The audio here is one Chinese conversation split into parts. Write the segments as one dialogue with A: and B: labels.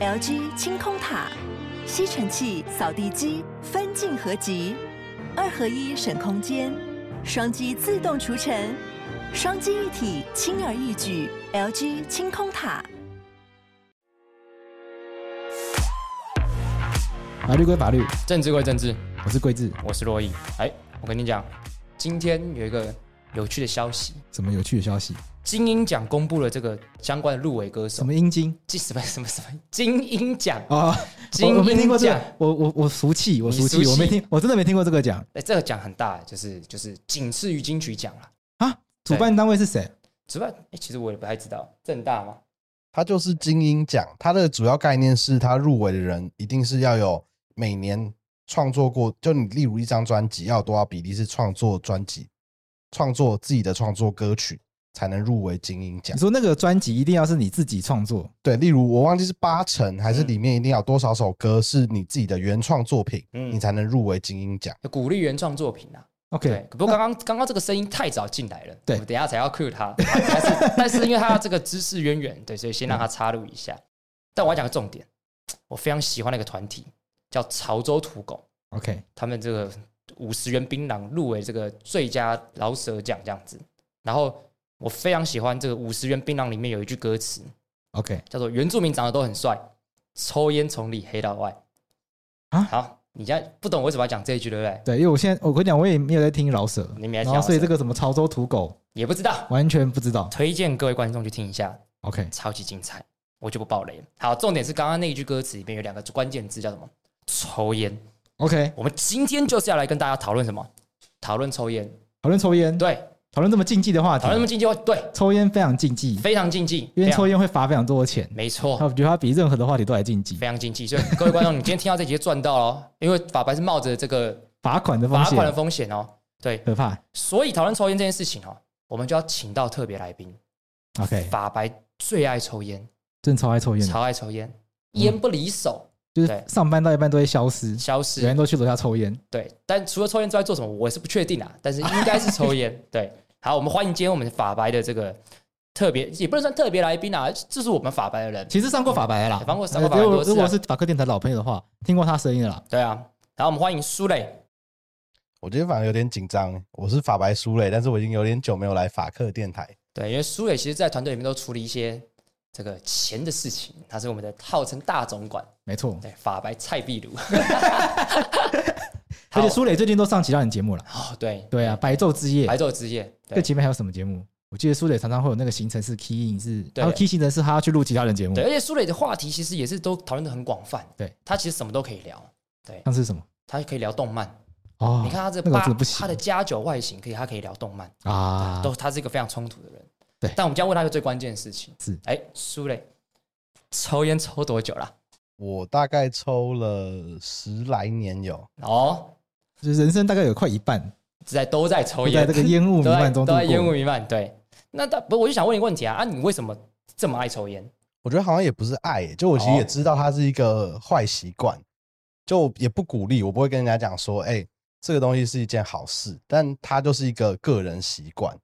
A: LG 清空塔、吸尘器、扫地机分镜合集，二合一省空间，双击自动除尘，双击一体轻而易举。LG 清空塔。
B: 法律归法律，
C: 政治归政治，
B: 我是桂智。
C: 我是洛毅。哎，我跟你讲，今天有一个有趣的消息，
B: 什么有趣的消息？
C: 金鹰奖公布了这个相关的入围歌手
B: 什，么阴茎
C: 即什么什么什么金鹰奖，
B: 啊？
C: 金
B: 我我没听
C: 鹰
B: 过这
C: 奖。
B: 个，我我我俗气，我
C: 你
B: 俗
C: 俗
B: 气，
C: 气
B: 我没听，我真的没听过这个奖
C: 哎，这个奖很大，就是就是仅次于金曲奖了。
B: 啊。主
C: 对
B: 办单位是谁？
C: 主办，哎，其实我也不太知道，正大吗？
D: 它就是精英奖，它的主要概念是，它入围的人一定是要有每年创作过，就你例如一张专辑要有多少比例是创作专辑，创作自己的创作歌曲才能入围精英奖
B: 你。说那个专辑一定要是你自己创作，
D: 对，例如我忘记是八成还是
C: 嗯
D: 里面一定要有多少首歌是你自己的原创作品，
C: 嗯
D: 你才能入围精英奖。
C: 鼓励原创作品啊。对
B: ？OK，，
C: 不过刚刚刚刚这个声音太早进来了，
B: 对
C: 我们等一下才要 cue 他， 但是但是因为他这个知识渊源，对，所以先让他插入一下。
B: 嗯
C: 但我要讲个重点，我非常喜欢的一个团体叫潮州土狗，
B: OK，
C: 他们这个五十元槟榔入围这个最佳饶舌奖这样子。然后我非常喜欢这个五十元槟榔里面有一句歌词
B: OK，
C: 叫做“原住民长得都很帅，抽烟从里黑到外”。
B: 啊
C: 好，你现在不懂我为什么要讲这一句，对不对？
B: 对，因为我现在我跟你讲，我也没有在听饶舌，
C: 你没在
B: 然
C: 听
B: 后
C: 饶
B: 所以
C: 舌
B: 这个什么潮州土狗
C: 也不知道，
B: 完全不知道。
C: 推荐各位观众去听一下，
B: OK，
C: 超级精彩，我就不爆雷了。好，重点是刚刚那一句歌词里面有两个关键字叫什么？抽烟。
B: OK，
C: 我们今天就是要来跟大家讨论什么？讨论抽烟。
B: 讨论抽烟，
C: 对，
B: 讨论这么禁忌的话题
C: 讨，论那么禁忌，对，
B: 抽烟非常禁忌，
C: 非常禁忌。
B: 因为
C: 非常
B: 抽烟会罚非常多的钱，
C: 没
B: 他
C: 错，
B: 觉得他比任何的话题都还禁忌，
C: 非常禁忌。所以各位观众，你今天听到这集就赚到了哦，因为法白是冒着这个
B: 罚款的风
C: 罚款的
B: 险
C: 风险哦。对，
B: 可怕。
C: 所以讨论抽烟这件事情哦，我们就要请到特别来宾。
B: OK，
C: 法白最爱抽烟，
B: 真的超爱抽烟的，
C: 超爱抽烟，
B: 嗯
C: 烟不离手，
B: 就是
C: 对
B: 上班到一半都会消失，
C: 消
B: 有
C: 失
B: 人。都去楼下抽烟。
C: 对，但除了抽烟之外做什么，我是不确定啊，但是应该是 抽烟。对，好，我们欢迎今天我们法白的这个特别，也不能算特别来宾啊，这是我们法白的人。
B: 其实上过法白啦，
C: 上过上
B: 呃
C: 过法白
B: 如果
C: 很多次啊
B: 如果是法科电台老朋友的话，听过他声音了啦。
C: 对啊，然后我们欢迎苏磊，
D: 我今天反而有点紧张，我是法白苏磊，但是我已经有点久没有来法克电台。
C: 对，因为苏磊其实在团队里面都处理一些这个钱的事情，他是我们的号称大总管，
B: 没错，
C: 对，法白蔡壁如。
B: 而且
C: 好
B: 苏磊最近都上其他人节目了。
C: 哦，对
B: 对啊，白昼之夜
C: 白，昼之夜，
B: 这
C: 对
B: 前面还有什么节目？我记得苏磊常常会有那个行程是 key in 是，
C: 对
B: 然后 key 行程是他要去录其他人节目
C: 对，，而且苏磊的话题其实也是都讨论的很广泛，
B: 对
C: 他其实什么都可以聊，
B: 像是什么？
C: 他可以聊动漫，
B: 哦，
C: 你看他这
B: 那个我
C: 八
B: 真的不行
C: 他的家酒外形可以，他可以聊动漫。
B: 啊
C: 都，他是一个非常冲突的人。
B: 对
C: 但我们今天问他一个最关键的事情
B: 是
C: 哎，苏磊，抽烟抽多久了？
D: 我大概抽了十来年有，
C: 哦，
B: 就是人生大概有快一半
C: 在都在抽
B: 都
C: 烟，
B: 在这个烟雾弥
C: 都在
B: 漫
C: 都
B: 中度
C: 在烟雾
B: 过。
C: 弥漫。对，那他不，我就想问一个问题啊，啊，你为什么这么爱抽烟？
D: 我觉得好像也不是爱耶，就我其实
C: 哦
D: 也知道它是一个坏习惯，就也不鼓励，我不会跟人家讲说，哎、这个东西是一件好事，但它就是一个个人习惯。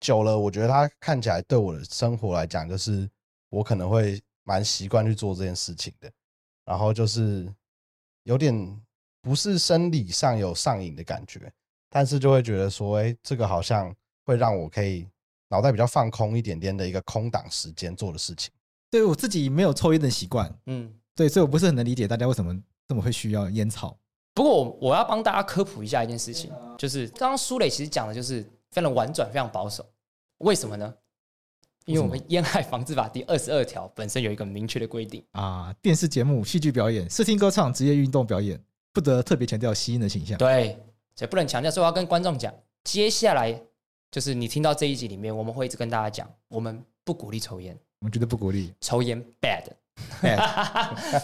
D: 久了，我觉得它看起来对我的生活来讲，就是我可能会蛮习惯去做这件事情的，然后就是有点不是生理上有上瘾的感觉，但是就会觉得说，哎、这个好像会让我可以脑袋比较放空一点点的一个空档时间做的事情。
B: 对我自己没有抽烟的习惯，
C: 嗯，
B: 对，所以我不是很能理解大家为什么这么会需要烟草。
C: 不过我我要帮大家科普一下一件事情，
B: 啊
C: 就是刚刚苏磊其实讲的就是非常婉转，非常保守。为什么呢？因为我们《烟害防治法》第二十二条本身有一个明确的规定，
B: 啊，电视节目、戏剧表演、视听歌唱、职业运动表演，不得特别强调吸烟的形象。
C: 对，所以不能强调，所以我要跟观众讲，接下来就是你听到这一集里面，我们会一直跟大家讲，我们不鼓励抽烟，
B: 我们绝对不鼓励。
C: 抽烟 bad，
B: Bad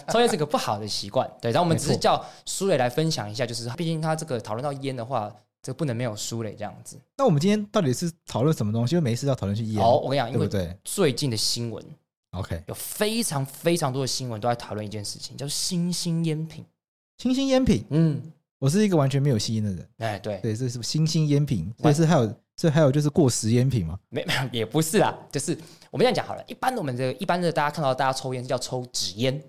C: 抽烟是个不好的习惯。对，然后我们只
B: 没
C: 是
B: 错
C: 叫苏磊来分享一下，就是毕竟他这个讨论到烟的话，这个不能没有苏磊这样子。
B: 那我们今天到底是讨论什么东西？因为没事要讨论去烟，
C: 好，我跟你讲，
B: 对
C: 因
B: 不
C: 为
B: 对
C: 最近的新闻
B: ？OK，
C: 有非常非常多的新闻都在讨论一件事情，叫新兴烟品。
B: 清新烟品
C: 嗯，
B: 我是一个完全没有吸烟的人，
C: 哎，对，
B: 对，这是新兴烟品，但是还有这还有就是过时烟品嘛，
C: 没没 有也不是啦，就是我们这样讲好了。一般的我们这个一般的大家看到大家抽烟是叫抽纸烟，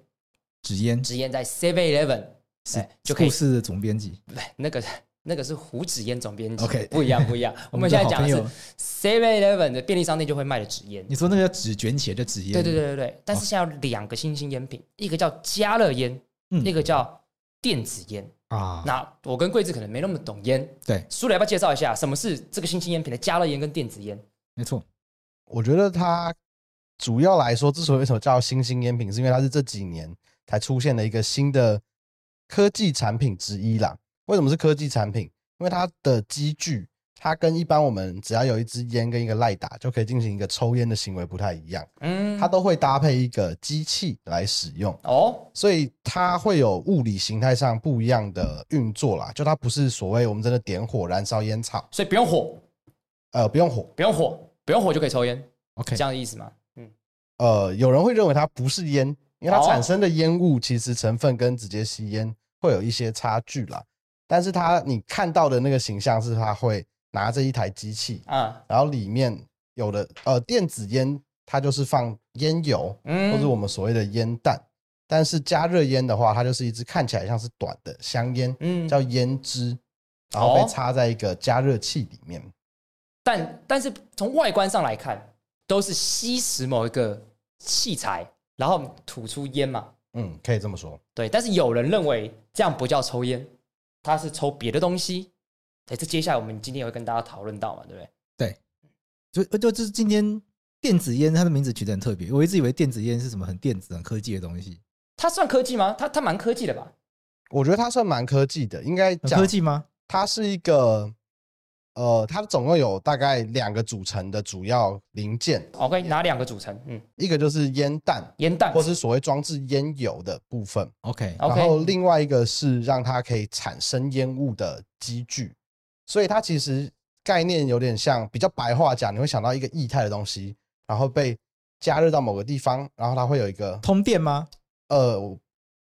B: 纸烟
C: 纸烟在 Seven Eleven 哎
B: 是
C: 就可以
B: 故事的总编辑，
C: 不那个 那个是胡纸烟总编辑
B: OK
C: 不一样不一样。我们
B: 的
C: 现在
B: 好
C: 讲的
B: 朋
C: 是
B: 友
C: Seven Eleven 的便利商店就会卖的纸烟。
B: 你说那个叫纸卷起来叫纸烟，
C: 对对对，对对，但是现在有两个新兴烟品，一个叫加热烟，
B: 嗯
C: 一个叫电子烟。
B: 啊，
C: 那我跟桂子可能没那么懂烟，
B: 对，
C: 苏磊要不要介绍一下什么是这个新兴烟品的加热烟跟电子烟？
B: 没错，
D: 我觉得它主要来说，之所以为什么叫新兴烟品，是因为它是这几年才出现的一个新的科技产品之一啦。为什么是科技产品？因为它的机具，它跟一般我们只要有一支烟跟一个赖打就可以进行一个抽烟的行为不太一样，
C: 嗯，
D: 它都会搭配一个机器来使用，
C: 哦，
D: 所以它会有物理形态上不一样的运作啦。就它不是所谓我们真的点火燃烧烟草，
C: 所以不用火，
D: 呃，不用火，
C: 不用火，不用火就可以抽烟，
B: OK，
C: 这样的意思吗？嗯，
D: 呃，有人会认为它不是烟，因为它
C: 哦
D: 产生的烟雾其实成分跟直接吸烟会有一些差距啦。但是它你看到的那个形象是它会拿着一台机器，
C: 啊，
D: 然后里面有的呃电子烟，它就是放烟油
C: 嗯，
D: 或者我们所谓的烟弹。但是加热烟的话，它就是一支看起来像是短的香烟，
C: 嗯
D: 叫烟支，然后被
C: 哦
D: 插在一个加热器里面。
C: 但但是从外观上来看，都是吸食某一个器材，然后吐出烟嘛。
D: 嗯，可以这么说。
C: 对，但是有人认为这样不叫抽烟，他是抽别的东西。哎，这接下来我们今天也会跟大家讨论到嘛，对不对？
B: 就呃就就是今天电子烟，它的名字取得很特别，我一直以为电子烟是什么很电子、很科技的东西，
C: 它算科技吗？它它蛮科技的吧？
D: 我觉得它算蛮科技的，应该
B: 很
D: 讲
B: 科技吗？
D: 它是一个，呃，它总共有大概两个组成的主要零件，
C: 我可以拿两个组成，嗯，
D: 一个就是烟弹，
C: 烟弹
D: 或是所谓装置烟油的部分，
B: OK，
C: OK
D: 然后另外一个是让它可以产生烟雾的机具，所以它其实概念有点像，比较白话讲，你会想到一个液态的东西，然后被加热到某个地方，然后它会有一个
B: 通电吗？
D: 呃，我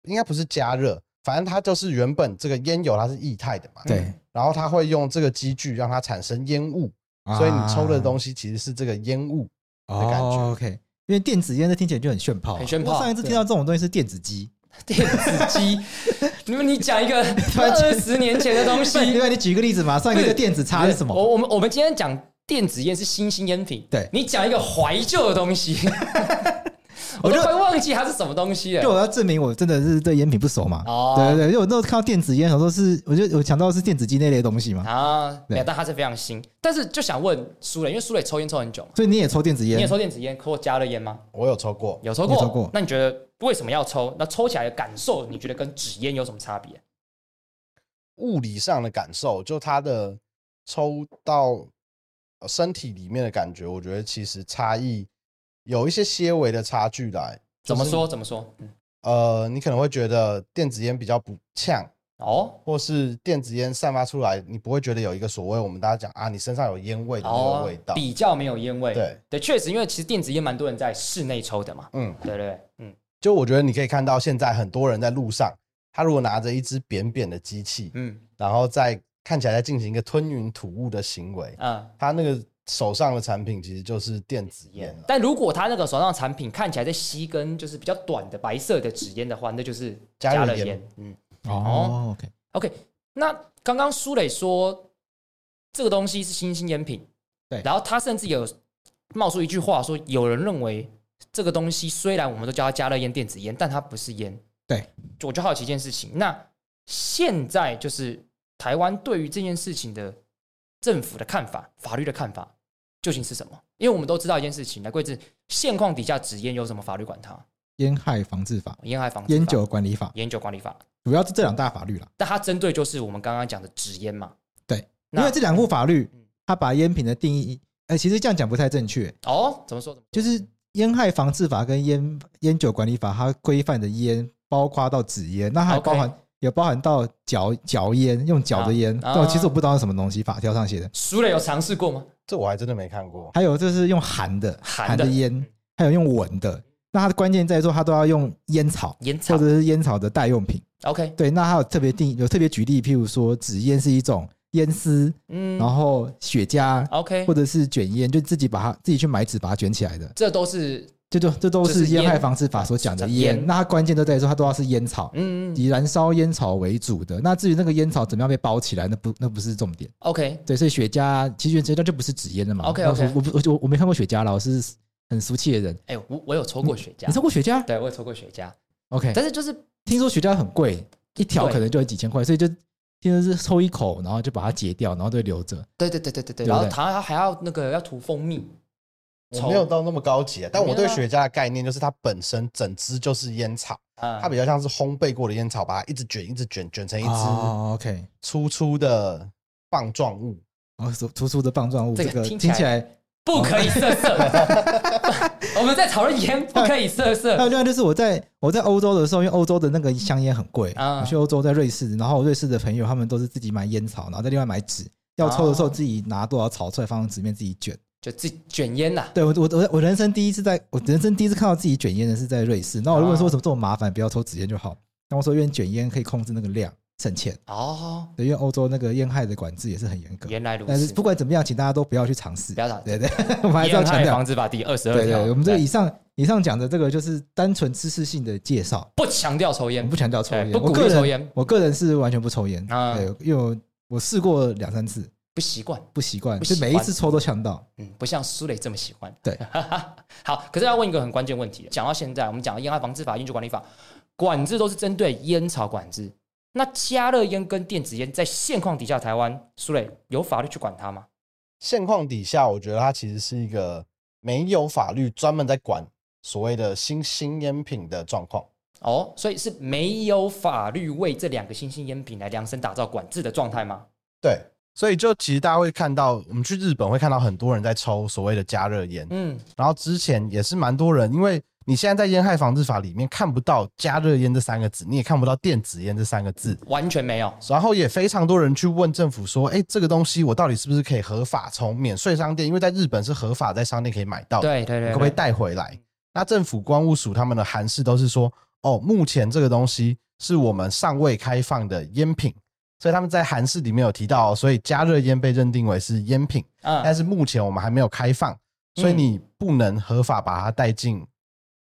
D: 应该不是加热，反正它就是原本这个烟油它是液态的嘛，
B: 对，
D: 然后它会用这个机具让它产生烟雾，
B: 啊
D: 所以你抽的东西其实是这个烟雾。
B: 西
D: 的感觉
B: 哦 OK，因为电子烟这听起来就很炫炮啊，
C: 很炫炮
B: 我上一次听到这种东西是电子鸡，
C: 电子鸡。 你们你讲 一个二十年前的东西，
B: 另外你举个例子嘛，上一个
C: 不是
B: 电子叉是什么？
C: 我我们我们今天讲电子烟是新兴烟品，
B: 对
C: 你讲一个怀旧的东西，我都快忘记它是什么东西
B: 就
C: 了。
B: 我要证明我真的是对烟品不熟嘛。
C: 哦
B: 对对对，因为我那时候看到电子烟，想说是，我就我想到是电子鸡那类的东西嘛。
C: 啊，没
B: 对
C: 有，但它是非常新。但是就想问苏磊，因为苏磊抽烟抽很久嘛，
B: 所以你也抽电子
C: 你也
B: 烟？
C: 抽电子烟或加热烟吗？
D: 我有抽过，
C: 有抽
B: 我
C: 过。
B: 有抽过
C: 那你觉得为什么要抽？那抽起来的感受，你觉得跟纸烟有什么差别？
D: 物理上的感受，就它的抽到呃身体里面的感觉，我觉得其实差异有一些些微的差距来。
C: 怎么说？怎么说？嗯，
D: 呃，你可能会觉得电子烟比较不呛，
C: 哦
D: 或是电子烟散发出来，你不会觉得有一个所谓我们大家讲啊，你身上有烟味的那个
C: 哦
D: 味道。，
C: 比较没有烟味。
D: 对
C: 对，确实，因为其实电子烟蛮多人在室内抽的嘛。
D: 嗯，
C: 对对对，嗯
D: 就我觉得你可以看到，现在很多人在路上，他如果拿着一支扁扁的机器，
C: 嗯
D: 然后再看起来在进行一个吞云吐雾的行为，
C: 啊。
D: 他那个手上的产品其实就是电子烟了，
C: 但如果他那个手上的产品看起来在吸根，就是比较短的白色的纸烟的话，那就是
D: 加热
C: 加热
D: 烟
C: 烟。嗯
B: 哦，OK，
C: ，OK。那刚刚苏磊说这个东西是新兴烟品，
B: 对
C: 然后他甚至有冒出一句话说，有人认为这个东西虽然我们都叫它加热烟、电子烟，但它不是烟。
B: 对，
C: 我就好奇一件事情，那现在就是台湾对于这件事情的政府的看法、法律的看法究竟是什么？因为我们都知道一件事情，来贵子，现况底下纸烟有什么法律管它？
B: 烟害防治法、
C: 烟害防治法
B: 烟酒管理法，
C: 烟酒管理法，
B: 主要是这两大法律啦。
C: 但它针对就是我们刚刚讲的纸烟嘛。
B: 对，
C: 那
B: 因为这两部法律
C: 嗯，
B: 它把烟品的定义，哎，其实这样讲不太正确，
C: 哦，怎么说？怎么
B: 就是烟害防治法跟烟烟酒管理法，它规范的烟包括到纸烟，那还
C: OK
B: 包含也包含到嚼嚼烟，用嚼的烟。
C: 啊
B: 但我其实我不知道是什么东西，法条上写的。
C: 苏磊有尝试过吗？
D: 这我还真的没看过。
B: 还有就是用含的
C: 含的嗯
B: 的烟，还有用闻的。那它的关键在于说，它都要用烟草
C: 烟草
B: 或者是烟草的代用品。
C: OK，
B: 对，那它有特别定有特别举例，譬如说纸烟是一种烟丝，
C: 嗯
B: 然后雪茄。
C: ，OK，
B: 或者是卷烟，就自己把它自己去买纸把它卷起来的，
C: 这都是
B: 这就这都
C: 这是
B: 是烟
C: 烟
B: 害防治法所讲的
C: 讲
B: 烟。
C: 烟
B: 那它关键都在于说，它都要是烟草，
C: 嗯嗯嗯
B: 以燃烧烟草为主的。那至于那个烟草怎么样被包起来，那不那不是重点。
C: ，OK，
B: 对，所以雪茄其实雪茄就不是纸烟了嘛。
C: OK，OK
B: 那我我不我就我没看过雪茄啦，我是很俗气的人。
C: 哎，我我有抽过雪
B: 嗯你
C: 茄
B: 抽，过雪茄
C: 对我有抽过雪茄，
B: ？OK，
C: 但是就是
B: 听说雪茄很贵，一条
C: 对
B: 可能就有几千块，所以就听说是抽一口，然后就把它截掉，然后就留着。
C: 对对对对对对，
B: 对不
C: 然后
B: 对
C: 它还要那个要涂蜂蜜，
D: 我没有到那么高级啊，但
C: 没
D: 我
C: 有
D: 对
C: 啊
D: 雪茄的概念就是它本身整支就是烟草，
C: 啊
D: 它比较像是烘焙过的烟草，把它一直卷，一直卷，卷成一
C: 啊
D: 支
B: 哦，OK，
D: 粗粗的棒状物。
B: 哦，粗粗粗的棒状物，
C: 这
B: 这
C: 个
B: 个
C: 听
B: 听
C: 起
B: 起来。
C: 不可以色 色。我们在讨论烟不可以色
B: 还有
C: 色，
B: 另外就是我在我在欧洲的时候，因为欧洲的那个香烟很贵，
C: 啊
B: 我去欧洲在瑞士，然后瑞士的朋友他们都是自己买烟草，然后再另外买纸。要抽的时候，
C: 哦
B: 自己拿多少草出来放到纸面自己卷。
C: 就自己卷烟呐。
B: 对我，我我我人生第一次在，我人生第一次看到自己卷烟的是在瑞士。那我就问说，
C: 哦
B: 为什么这么麻烦？不要抽纸烟就好。然后说，因为卷烟可以控制那个量，省钱。
C: 哦，
B: 对，因为欧洲那个烟害的管制也是很严格。
C: 原来如
B: 但是
C: 此。
B: 不管怎么样，请大家都不要去尝试。
C: 不要尝试
B: 对对，我们还是要
C: 烟
B: 强
C: 害
B: 调
C: 防。治法第二十二
B: 对
C: 条，
B: 对，我们这个以上以上讲的这个就是单纯知识性的介绍。
C: 不强调抽
B: 我
C: 烟
D: 嗯
B: 们不，强调抽烟，
C: 对哎不
B: 我
C: 鼓励
B: 个人
C: 抽烟
B: 我个人是完全不抽烟，
C: 啊
B: 对，因为我我试过两三次，
C: 不习惯。
B: 不习惯，
C: 不
B: 就
C: 习
B: 每一
C: 惯
B: 次抽都呛到。
C: 嗯，不像苏磊这么喜欢。
B: 对，
C: 好，可是要问一个很关键问题。讲到现在，我们讲到烟害防治法、烟酒管理法，管制都是针对烟草管制。那加热烟跟电子烟在现况底下，台湾苏磊有法律去管它吗？
D: 现况底下，我觉得它其实是一个没有法律专门在管所谓的新新烟品的状况。
C: 哦，所以是没有法律为这两个新兴烟品来量身打造管制的状态吗？
D: 对，所以就其实大家会看到，我们去日本会看到很多人在抽所谓的加热烟，
C: 嗯，
D: 然后之前也是蛮多人，因为你现在在烟害防治法里面看不到加热烟这三个字，你也看不到电子烟这三个字，
C: 完全没有。
D: 然后也非常多人去问政府说，哎，这个东西我到底是不是可以合法从免税商店，因为在日本是合法在商店可以买到的，
C: 对对对
D: 可不可以
C: 对，
D: 带回来？那政府关务署他们的函释都是说，哦，目前这个东西是我们尚未开放的烟品，所以他们在函释里面有提到哦、所以加热烟被认定为是烟品，但
C: 嗯，
D: 是目前我们还没有开放，所以
C: 嗯
D: 你不能合法把它带进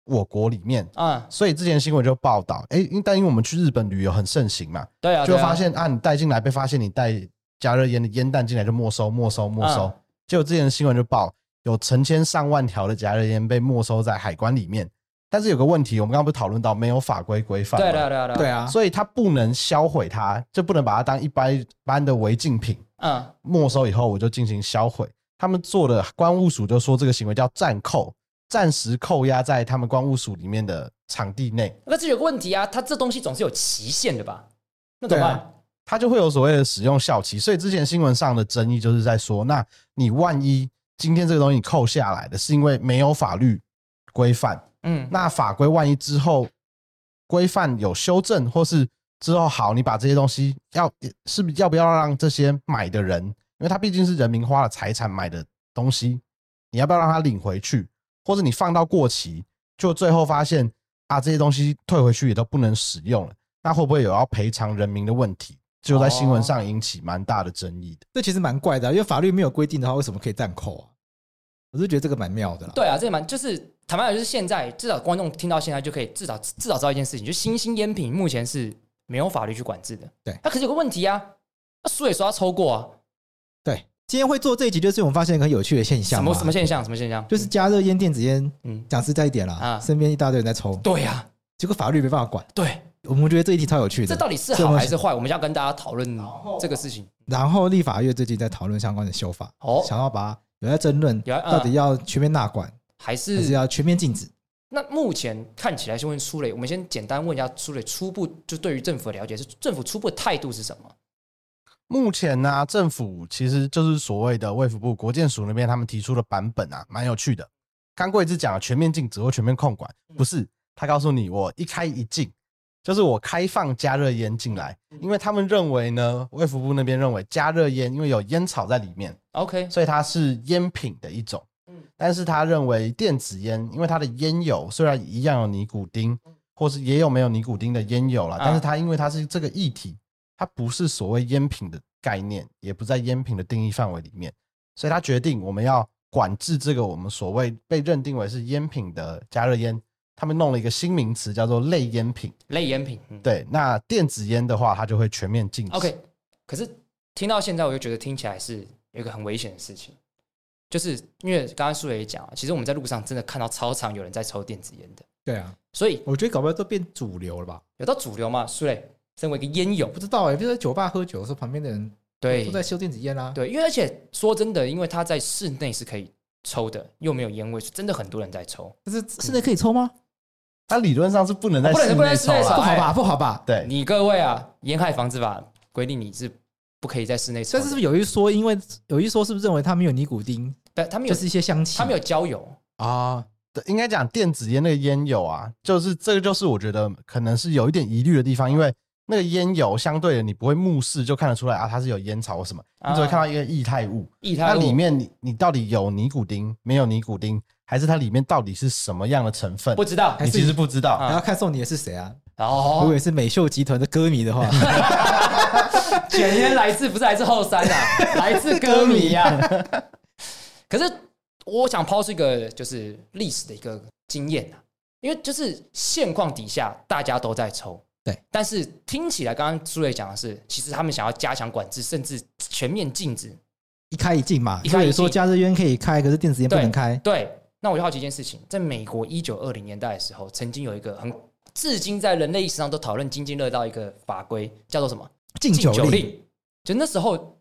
D: 我国里面。
C: 嗯，
D: 所以之前新闻就报道，哎、因但因为我们去日本旅游很盛行嘛，
C: 对啊，
D: 就
C: 对啊
D: 发现啊，你带进来被发现你带加热烟的烟弹进来就没收、没收、没收
C: 嗯。
D: 结果之前的新闻就报有成千上万条的加热烟被没收在海关里面，但是有个问题，我们刚刚不是讨论到没有法规规范
C: 对
D: 吗，
C: 对对
B: 对
C: 啊，
B: 啊，
D: 所以它不能销毁它，就不能把它当一般一般的违禁品
C: 嗯，
D: 没收以后我就进行销毁。他们做的关务署就说这个行为叫暂扣，暂时扣押在他们关务署里面的场地内。
C: 那这有个问题啊，它这东西总是有期限的吧？那怎么
B: 对啊
C: 办？
D: 它就会有所谓的使用效期。所以之前新闻上的争议就是在说，那你万一今天这个东西你扣下来的是因为没有法律规范，
C: 嗯，
D: 那法规万一之后规范有修正，或是之后好，你把这些东西要是不是要不要让这些买的人，因为他毕竟是人民花了财产买的东西，你要不要让他领回去，或者你放到过期，就最后发现啊这些东西退回去也都不能使用了，那会不会有要赔偿人民的问题？就在新闻上引起蛮大的争议的。
B: 这其实蛮怪的啊，因为法律没有规定的话，为什么可以暂扣啊？我是觉得这个蛮妙的啦。
C: 对啊，这也蛮就是坦白讲，就是现在至少观众听到现在就可以至少至少知道一件事情，就新兴烟品目前是没有法律去管制的。
B: 对
C: 那可是有个问题啊，那苏也说他抽过啊，
B: 对，今天会做这一集，就是我们发现一个很有趣的现象
C: 什
B: 嘛，
C: 么什么现象？什么现象？
B: 就是加热烟、电子烟，
C: 嗯，
B: 讲实在一点
C: 啊
B: 啦，身边一大堆人在抽，
C: 对呀，
B: 结果法律没办法管。
C: 对，
B: 我们觉得这一题超有趣的，
C: 这到底是
B: 这
C: 好还是坏？我们要跟大家讨论这个事情。
B: 然后立法院最近在讨论相关的修法，
C: 哦
B: 想要把有在争论
C: 有嗯在嗯
B: 到底要全面纳管
C: 还
B: 还是
C: 是
B: 要全面禁止。
C: 那目前看起来，先问苏磊，我们先简单问一下苏磊初步就对于政府的了解是政府初步的态度是什么？
D: 目前呢、政府其实就是所谓的卫福部国健署那边他们提出的版本啊，蛮有趣的。刚过一次讲了全面禁止或全面控管，不是他告诉你我一开一禁，就是我开放加热烟进来，因为他们认为呢，卫福部那边认为加热烟因为有烟草在里面，
C: OK，
D: 所以它是烟品的一种
C: 嗯。
D: 但是他认为电子烟，因为它的烟油虽然一样有尼古丁，或是也有没有尼古丁的烟油啦，
C: 嗯啊
D: 但是它因为它是这个液体，它不是所谓烟品的概念，也不在烟品的定义范围里面，所以他决定我们要管制这个我们所谓被认定为是烟品的加热烟，他们弄了一个新名词叫做类烟品。
C: 类烟品，嗯
D: 对，那电子烟的话，它就会全面禁止。
C: ，OK。可是听到现在，我就觉得听起来是有一个很危险的事情，就是因为刚刚苏磊也讲啊，其实我们在路上真的看到超常有人在抽电子烟的，
B: 对啊，
C: 所以
B: 我觉得搞不好都变主流了吧？
C: 有到主流嘛？苏磊身为一个烟友
B: 不，知道哎、比如说酒吧喝酒的时候，旁边的人
C: 对
B: 都在修电子烟啦、啊
C: 对，因为而且说真的，因为他在室内是可以抽的，又没有烟味，是真的很多人在抽。
B: 但是室内可以抽吗？
D: 它理论上是不能在
C: 哦不能
D: 室
C: 不能
D: 内
C: 在室内
D: 抽
B: 不
C: 抽
D: 啦
B: 好
C: 哎
B: 吧，不好吧？
D: 对，
C: 你各位啊，烟害防治法规定你是不可以在室内抽
B: 但
C: 的，
B: 是是不是有一说，因为有一说是不是认为它没有尼古丁，
C: 但他们有、
B: 就是一些香气？
C: 他们有交友，
B: 啊，
D: 对应该讲电子烟那个烟油啊，就是这个就是我觉得可能是有一点疑虑的地方，因为那个烟油相对的你不会目视就看得出来啊，它是有烟草或什么，你只会
C: 啊
D: 看到一个液态物，
C: 液
D: 那
C: 态物
D: 里面你你到底有尼古丁没有尼古丁，还是它里面到底是什么样的成分
C: 不，知道
B: 还
D: 你
B: 是
D: 其实不知道。
C: 啊
B: 然后看送你的是谁啊？如
C: 哦
B: 果，是美秀集团的歌迷的 话，
C: 卷烟来自不是来自后山 啊，来自歌迷 啊。可是我想抛出一个就是历史的一个经验啊，因为就是现况底下大家都在抽，
B: 对，
C: 但是听起来刚刚苏磊讲的是，其实他们想要加强管制，甚至全面禁止。
B: 一开一禁嘛，
C: 一
B: 所
C: 开一
B: 以
C: 禁
B: 说加热烟可以开，可是电子烟不能开。
C: 对，那我就好奇一件事情，在美国一九二零年代的时候，曾经有一个很至今在人类历史上都讨论津津乐道一个法规，叫做什么？
B: 禁酒
C: 酒
B: 令，
C: 令。就那时候，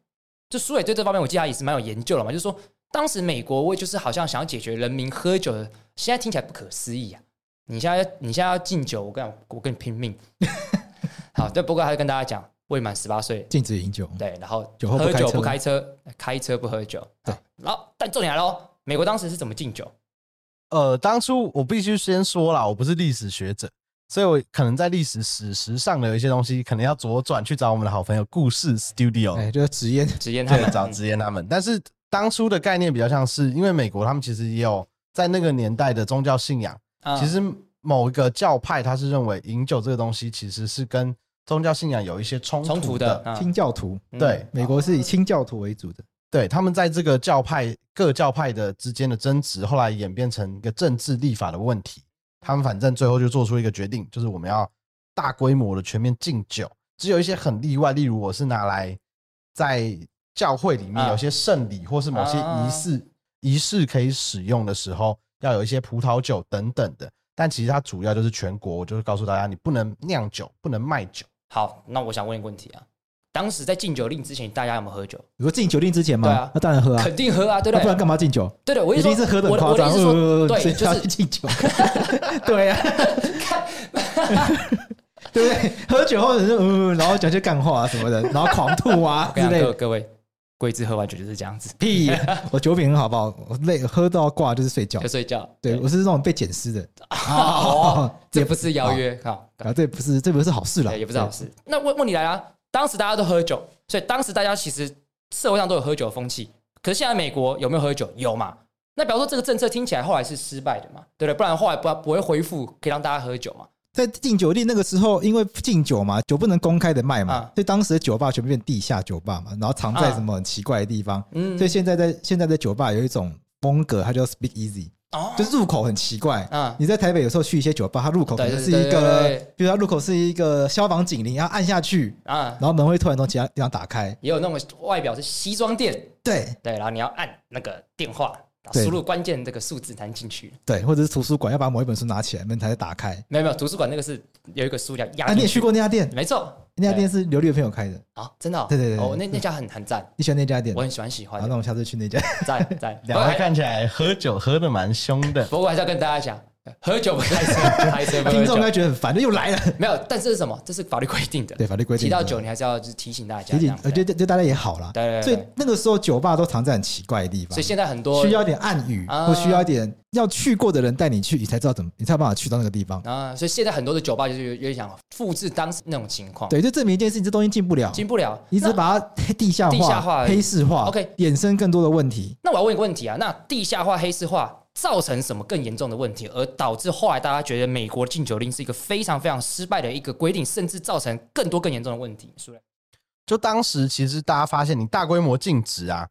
C: 就苏伟对这方面，我记得他也是蛮有研究了嘛。就是说，当时美国为就是好像想要解决人民喝酒的，现在听起来不可思议啊！你现在你现在要禁酒，我跟你讲我跟你拼命。 好，但不过还是跟大家讲，未满十八岁，
B: 禁止饮酒。
C: 对，然后
B: 酒后不
C: 喝
B: 开
C: 酒
B: 车
C: 不开车，开车不喝酒。
B: 对
C: 好，然后但重点来喽，美国当时是怎么禁酒？
D: 呃，当初我必须先说啦，我不是历史学者，所以我可能在历史史实上的有一些东西，可能要左转去找我们的好朋友故事 Studio。
B: 哎，就是直烟，
C: 直言他
D: 对，
C: 们
D: 找
C: 嗯
D: 直言他们。但是当初的概念比较像是，因为美国他们其实也有在那个年代的宗教信仰，
C: 啊
D: 其实某一个教派他是认为饮酒这个东西其实是跟宗教信仰有一些冲
C: 冲
D: 突
C: 突
D: 的。
C: 的，啊
B: 清教徒，
C: 嗯
D: 对
B: 美国是以清教徒为主的。
D: 对，他们在这个教派各教派的之间的争执，后来演变成一个政治立法的问题。他们反正最后就做出一个决定，就是我们要大规模的全面禁酒，只有一些很例外，例如我是拿来在教会里面
C: 啊
D: 有些圣礼或是某些仪式、仪式可以使用的时候，要有一些葡萄酒等等的。但其实它主要就是全国，我就是告诉大家，你不能酿酒，不能卖酒。
C: 好，那我想问一个问题啊，当时在禁酒令之前，大家有没有喝酒？
B: 你说禁酒令之前吗？
C: 对啊
B: 那当然喝啊，
C: 肯定喝啊，对不
B: 那不然
C: 对？
B: 干嘛禁酒？
C: 对的，我
B: 一
C: 意思
B: 定
C: 说
B: 是喝的
C: 我
B: 夸
C: 我的
B: 张，
C: 意思
B: 呃
C: 说， 对，
B: 所以
C: 就
B: 他
C: 是
B: 敬 酒，对呀、对不对？喝酒后人就嗯、呃，然后讲些干话啊什么的，然后狂吐啊
C: 我
B: 之
C: 跟你
B: 类
C: 讲，各
B: 的。
C: 各位，桂枝喝完酒就是这样子，
B: 屁！啊 我酒品很好，不好？我累，喝到挂就是睡觉
C: 就。睡觉。
B: 对我是那种被捡尸的，
C: 哦， 这
B: 也
C: 不是邀约哈，
B: 啊，这不是这不是好事了，
C: 对，也不是好事。那问问你来啊，当时大家都喝酒，所以当时大家其实社会上都有喝酒的风气。可是现在美国有没有喝酒？有嘛？那比方说这个政策听起来后来是失败的嘛，对不对？不然后来不不会恢复可以让大家喝酒嘛？
B: 对。在禁酒令那个时候，因为禁酒嘛，酒不能公开的卖嘛，
C: 啊
B: 所以当时的酒吧全部变地下酒吧嘛，然后藏在
C: 啊
B: 什么很奇怪的地方。
C: 嗯
B: 所以，现在在现在的酒吧有一种风格，它叫 Speak Easy，
C: 哦，
B: 就是入口很奇怪。
C: 嗯
B: 你在台北有时候去一些酒吧，它入口可能是一
C: 对对对
B: 个
C: 对对，
B: 比如它入口是一个消防警铃，要按下去，
C: 啊
B: 然，后门会突然从其他地方打开。
C: 也有那种外表是西装店，
B: 对
C: 对，然后你要按那个电话，然后
B: 对
C: 输入关键这个数字才能进去。
B: 对，或者是图书馆要把某一本书拿起来，门才打开。
C: 没有没有，图书馆那个是有一个书叫压
B: 啊，你
C: 进
B: 也去过那家店？
C: 没错，
B: 那家店是刘丽的朋友开的，
C: 啊，真的哦，
B: 对对对对
C: 哦，那那家很很赞，
B: 你喜欢那家店
C: 我？很喜欢喜欢
B: 好，那我们
C: 的，
B: 下次去那家。
C: 赞赞。不过
D: 两位
C: 还
D: 看起来喝酒喝的蛮凶的，
C: 不过还是要跟大家讲，喝酒不开车，开车不喝
B: 听众应该
C: 酒。
B: 觉得很烦，又来 了。
C: 没有，但这是什么？这是法律规定的。
B: 对法律规定
C: 提到
B: 的
C: 酒，你还是要就是提醒大家
B: 提
C: 这
B: 醒
C: 样，子。
B: 呃，就就就大家也好啦。
C: 对对对
B: 所以那个时候酒吧都藏在很奇怪的地方，
C: 所以现在很多
B: 需要一点暗语，
C: 啊
B: 或需要一点要去过的人带你去，你才知道怎么，你才有办法去到那个地方。
C: 啊，所以现在很多的酒吧就是有有点想复制当时那种情况，
B: 对，就证明一件事情，这东西进不了，
C: 哦进不了。
B: 你只
C: 那
B: 是把它黑 地下化、
C: 地下化而已
B: 黑市化
C: OK
B: 衍生更多的问题。
C: 那我要问一个问题啊，那地下化、黑市化造成什么更严重的问题，而导致后来大家觉得美国禁酒令是一个非常非常失败的一个规定，甚至造成更多更严重的问题？是不是？
D: 就当时其实大家发现，你大规模禁止啊，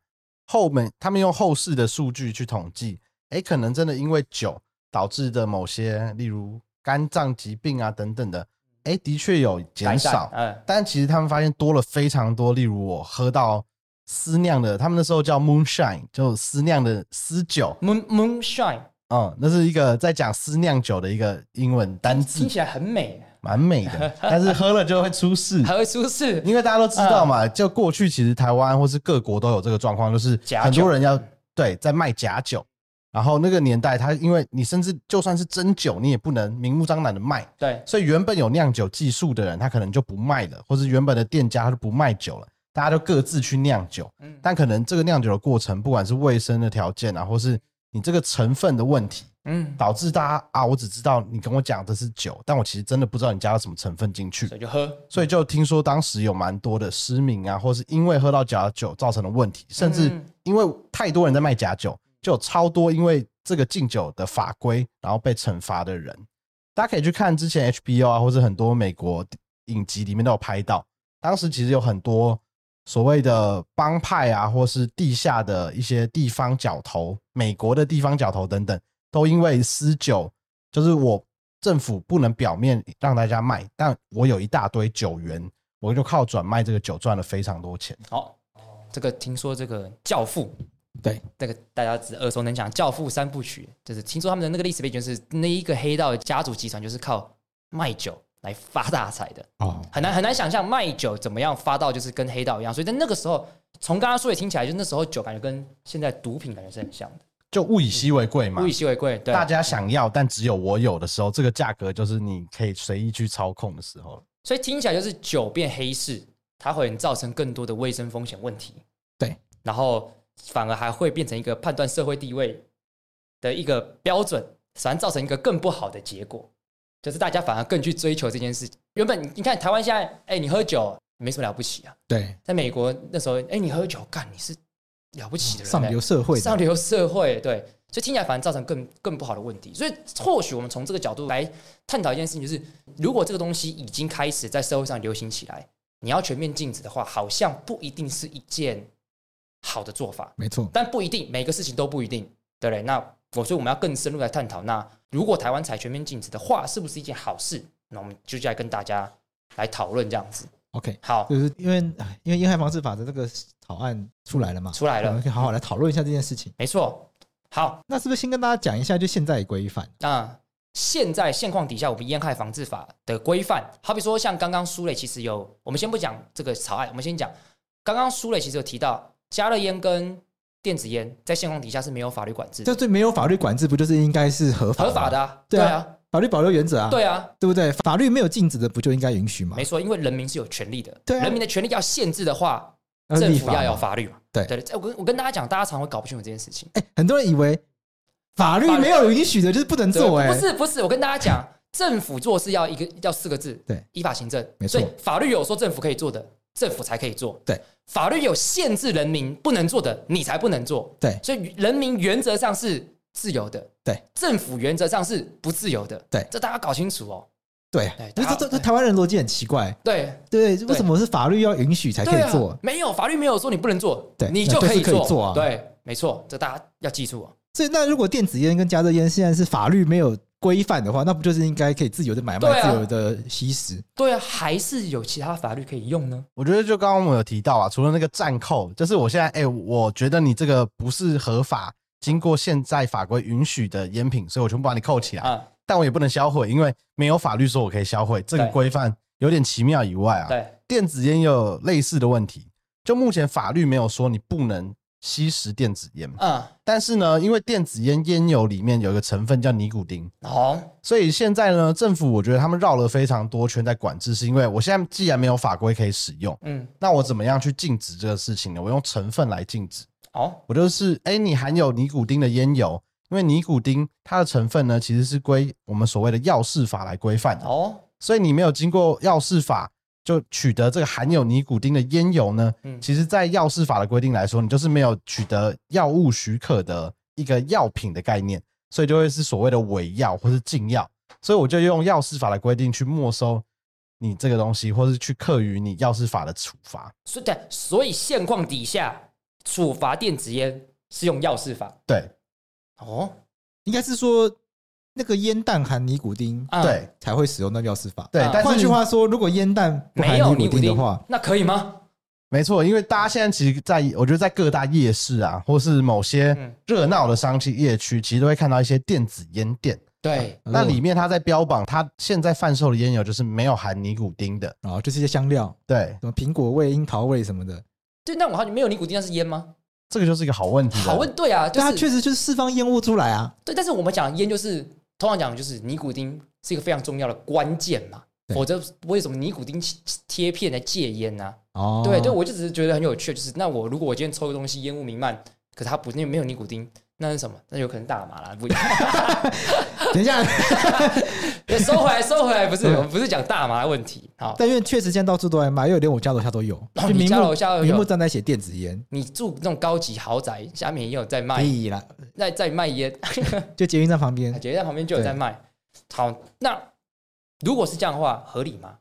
D: 后面他们用后世的数据去统计，哎，可能真的因为酒导致的某些，例如肝脏疾病啊等等的，哎，的确有减少。
C: 嗯，
D: 但其实他们发现多了非常多，例如我喝到私酿的，他们那时候叫 moonshine，就私酿的私酒，
C: moon moonshine
D: 嗯，那是一个在讲私酿酒的一个英文单字
C: 听，起来很美，
D: 蛮美的，但是喝了就会出 事，
C: 还会出事。
D: 因为大家都知道嘛，
C: 嗯
D: 就过去其实台湾或是各国都有这个状况，就是
C: 假酒
D: 很多人要对在卖假酒，然后那个年代他因为你甚至就算是真酒，你也不能明目张胆的卖，
C: 对，
D: 所以原本有酿酒技术的人，他可能就不卖了，或是原本的店家他就不卖酒了，大家就各自去酿酒。
C: 嗯，
D: 但可能这个酿酒的过程，不管是卫生的条件啊，或是你这个成分的问题，
C: 嗯，
D: 导致大家啊，我只知道你跟我讲这是酒，但我其实真的不知道你加了什么成分进去
C: 所，以就喝，
D: 所以就听说当时有蛮多的失明啊，或是因为喝到假酒造成的问题，甚至
C: 嗯
D: 因为太多人在卖假酒，就有超多因为这个禁酒的法规然后被惩罚的人。大家可以去看之前 HBO 啊，或者很多美国影集里面都有拍到，当时其实有很多所谓的帮派啊，或是地下的一些地方角头，美国的地方角头等等，都因为私酒，就是我政府不能表面让大家卖，但我有一大堆酒源，我就靠转卖这个酒赚了非常多钱。
C: 好，这个听说这个教父，
B: 对，
C: 这个大家只耳熟能详，《教父》三部曲，就是听说他们的那个历史背景是那一个黑道的家族集团就是靠卖酒来发大财的，
B: 哦，
C: 很难很难想象卖酒怎么样发到就是跟黑道一样，所以在那个时候，从刚刚说也听起来，就那时候酒感觉跟现在毒品感觉是很像的，
D: 就物以稀为贵嘛
C: 物以，稀为贵，对，
D: 大家想要，但只有我有的时候，这个价格就是你可以随意去操控的时候了。
C: 所以听起来就是酒变黑市，它会造成更多的卫生风险问题，
B: 对，
C: 然后反而还会变成一个判断社会地位的一个标准，反而造成一个更不好的结果，就是大家反而更去追求这件事情。原本你看台湾现在，哎、你喝酒没什么了不起啊，
B: 对，
C: 在美国那时候，哎、你喝酒干你是了不起的人、欸
B: 上流社会的
C: 上流社会，对，所以听起来反而造成更更不好的问题。所以或许我们从这个角度来探讨一件事情，就是如果这个东西已经开始在社会上流行起来，你要全面禁止的话，好像不一定是一件好的做法，
B: 没错，
C: 但不一定每个事情都不一定，对不对？那我所以我们要更深入来探讨，那如果台湾采全面禁止的话，是不是一件好事？那我们就来跟大家来讨论这样子。
B: ，OK。
C: 好，
B: 就是因为哎因为烟害防治法的这个草案出来了嘛，
C: 出来了
B: 我们可以好好来讨论一下这件事情。
C: 没错，好，
B: 那是不是先跟大家讲一下，就现在的规范？
C: 那现在现况底下，我们烟害防治法的规范，好比说像刚刚苏磊其实有，我们先不讲这个草案，我们先讲刚刚苏磊其实有提到，加热烟跟电子烟在现况底下是没有法律管制的，
B: 这最没有法律管制，不就是应该是合法
C: 合法
B: 吗
C: 的、啊，
B: 对
C: 对
B: 啊
C: 啊，
B: 法律保留原则啊？
C: 对啊，
B: 对不对？法律没有禁止的，不就应该允许吗
C: 没？错，因为人民是有权利的，
B: 对啊
C: 人民的权利要限制的话，
B: 要
C: 政
B: 呃立
C: 府
B: 法
C: 要
B: 嘛
C: 有法律嘛，
B: 对
C: 对，这我跟我跟大家讲，大家常会搞不清楚这件事情。
B: 哎，很多人以为法律
C: 法律
B: 没有允许的，就是不能做、
C: 对
B: 哎，
C: 不是不是，我跟大家讲，政府做事要一个要四个字，
B: 对
C: 依法行政，
B: 没错
C: 所以法律有说政府可以做的，政府才可以做，
B: 对，
C: 法律有限制人民不能做的，你才不能做，
B: 对
C: 所以人民原则上是自由的，
B: 对，
C: 政府原则上是不自由的，
B: 对
C: 这大家搞清楚哦，
B: 对
C: 对，
B: 这
C: 大家
B: 这这
C: 对
B: 台湾人逻辑很奇怪，
C: 对。
B: 对，为什么是法律要允许才可
C: 对
B: 以做？
C: 啊，没有法律没有说你不能做，
B: 对
C: 你
B: 那就
C: 就可
B: 是
C: 以
B: 可以做啊
C: 对，没错，这大家要记住哦。
B: 所以那如果电子烟跟加热烟现在是法律没有规范的话，那不就是应该可以自由的买卖、
C: 对啊
B: 自由的吸食？
C: 对啊，还是有其他法律可以用呢。
D: 我觉得就刚刚我们有提到啊，除了那个暂扣，就是我现在哎、我觉得你这个不是合法，经过现在法规允许的烟品，所以我全部把你扣起来，
C: 啊，
D: 但我也不能销毁，因为没有法律说我可以销毁，这个
C: 对
D: 规范有点奇妙以外啊，
C: 对，
D: 电子烟也有类似的问题，就目前法律没有说你不能吸食电子烟。
C: 嗯，
D: 但是呢，因为电子烟烟油里面有一个成分叫尼古丁，
C: 哦，
D: 所以现在呢，政府我觉得他们绕了非常多圈在管制，是因为我现在既然没有法规可以使用，
C: 嗯，
D: 那我怎么样去禁止这个事情呢？我用成分来禁止。
C: 哦，
D: 我就是，哎、你含有尼古丁的烟油，因为尼古丁它的成分呢，其实是归我们所谓的药事法来规范的，
C: 哦，
D: 所以你没有经过药事法就取得这个含有尼古丁的烟油呢，
C: 嗯
D: 其实，在药事法的规定来说，你就是没有取得药物许可的一个药品的概念，所以就会是所谓的伪药或是禁药。所以我就用药事法的规定去没收你这个东西，或是去课于你药事法的处罚。
C: 所以对，所以现况底下处罚电子烟是用药事法，
D: 对、
C: 哦，
B: 应该是说那个烟弹含尼古丁
C: 啊
D: 对
B: 才会使用那药师法。
D: 对，
C: 啊
D: 但是
B: 换句
D: 你
B: 话说，如果烟弹不含
C: 没有
B: 尼
C: 尼
B: 古
C: 古
B: 丁的
C: 丁
B: 话，，
C: 那可以吗？
D: 没错，因为大家现在其实在，我觉得在各大夜市啊，或是某些
C: 嗯
D: 热闹的商企夜区，其实都会看到一些电子烟店。
C: 对，
B: 嗯
D: 那里面它在标榜，它现在贩售的烟油就是没有含尼古丁的。
B: 啊，就是一些香料，
D: 对，
B: 什么苹果味、樱桃味什么的。
C: 对，那我好奇没有尼古丁那是烟吗？
D: 这个就是一个好问题。
C: 好问，，对啊，就
B: 但它确
C: 是
B: 实就是释放烟雾出来啊。
C: 对，但是我们讲烟就是通常讲就是尼古丁是一个非常重要的关键嘛，
B: 对
C: 否则为什么尼古丁贴片来戒烟呢、
B: 哦，
C: 对对，我就只是觉得很有趣，就是那我如果我今天抽个东西烟雾弥漫，可它不那没有尼古丁，那是什么？那有可能大麻啦，不一样。
B: 等一下，
C: 收回来，收回来，不是我们不是讲大麻的问题。好，
B: 但因为确实现在到处都在卖，因为连我家楼下都有，
C: 哦
B: 就
C: 你
B: 明
C: 家
B: 目
C: 楼下都有
B: 明目站在写电子烟，
C: 你住那种高级豪宅，下面也有在
B: 可
C: 卖，
B: 以啦，
C: 在在卖烟，
B: 就捷运站旁边
C: 姐姐在旁边就有在卖。好，那如果是这样的话，合理吗？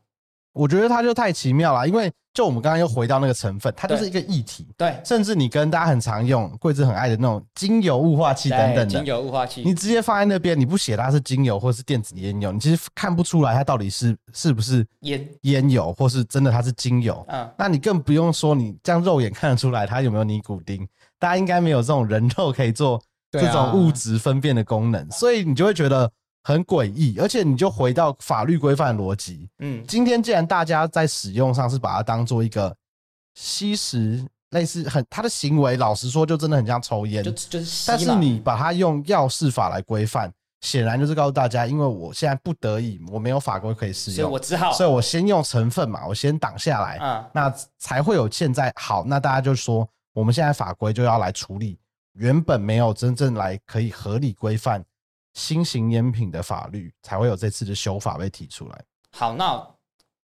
D: 我觉得它就太奇妙了，因为就我们刚刚又回到那个成分，它就是一个议题。
C: 对，
D: 甚至你跟大家很常用、贵子很爱的那种精油雾化器等
C: 对
D: 等
C: 精
D: 的，
C: 油雾化
D: 你
C: 器，
D: 直接放在那边，你不写它是精油或是电子烟油，你其实看不出来它到底是是不是
C: 烟，
D: 烟油，或是真的它是精油。
C: 嗯，
D: 那你更不用说，你这样肉眼看得出来它有没有尼古丁，大家应该没有这种人肉可以做
B: 对啊
D: 这种物质分辨的功能，所以你就会觉得很诡异。而且你就回到法律规范逻辑，
C: 嗯，
D: 今天既然大家在使用上是把它当做一个吸食，类似很他的行为，老实说就真的很像抽烟
C: 就，就是吸
D: 但是
C: 嘛
D: 你把它用药事法来规范，显然就是告诉大家，因为我现在不得已，我没有法规可以使
C: 所以
D: 用
C: 我，只好，
D: 所以我先用成分嘛，我先挡下来。
C: 嗯，
D: 那才会有现在好。那大家就说，我们现在法规就要来处理原本没有真正来可以合理规范新型烟品的法律，才会有这次的修法被提出来。
C: 好，那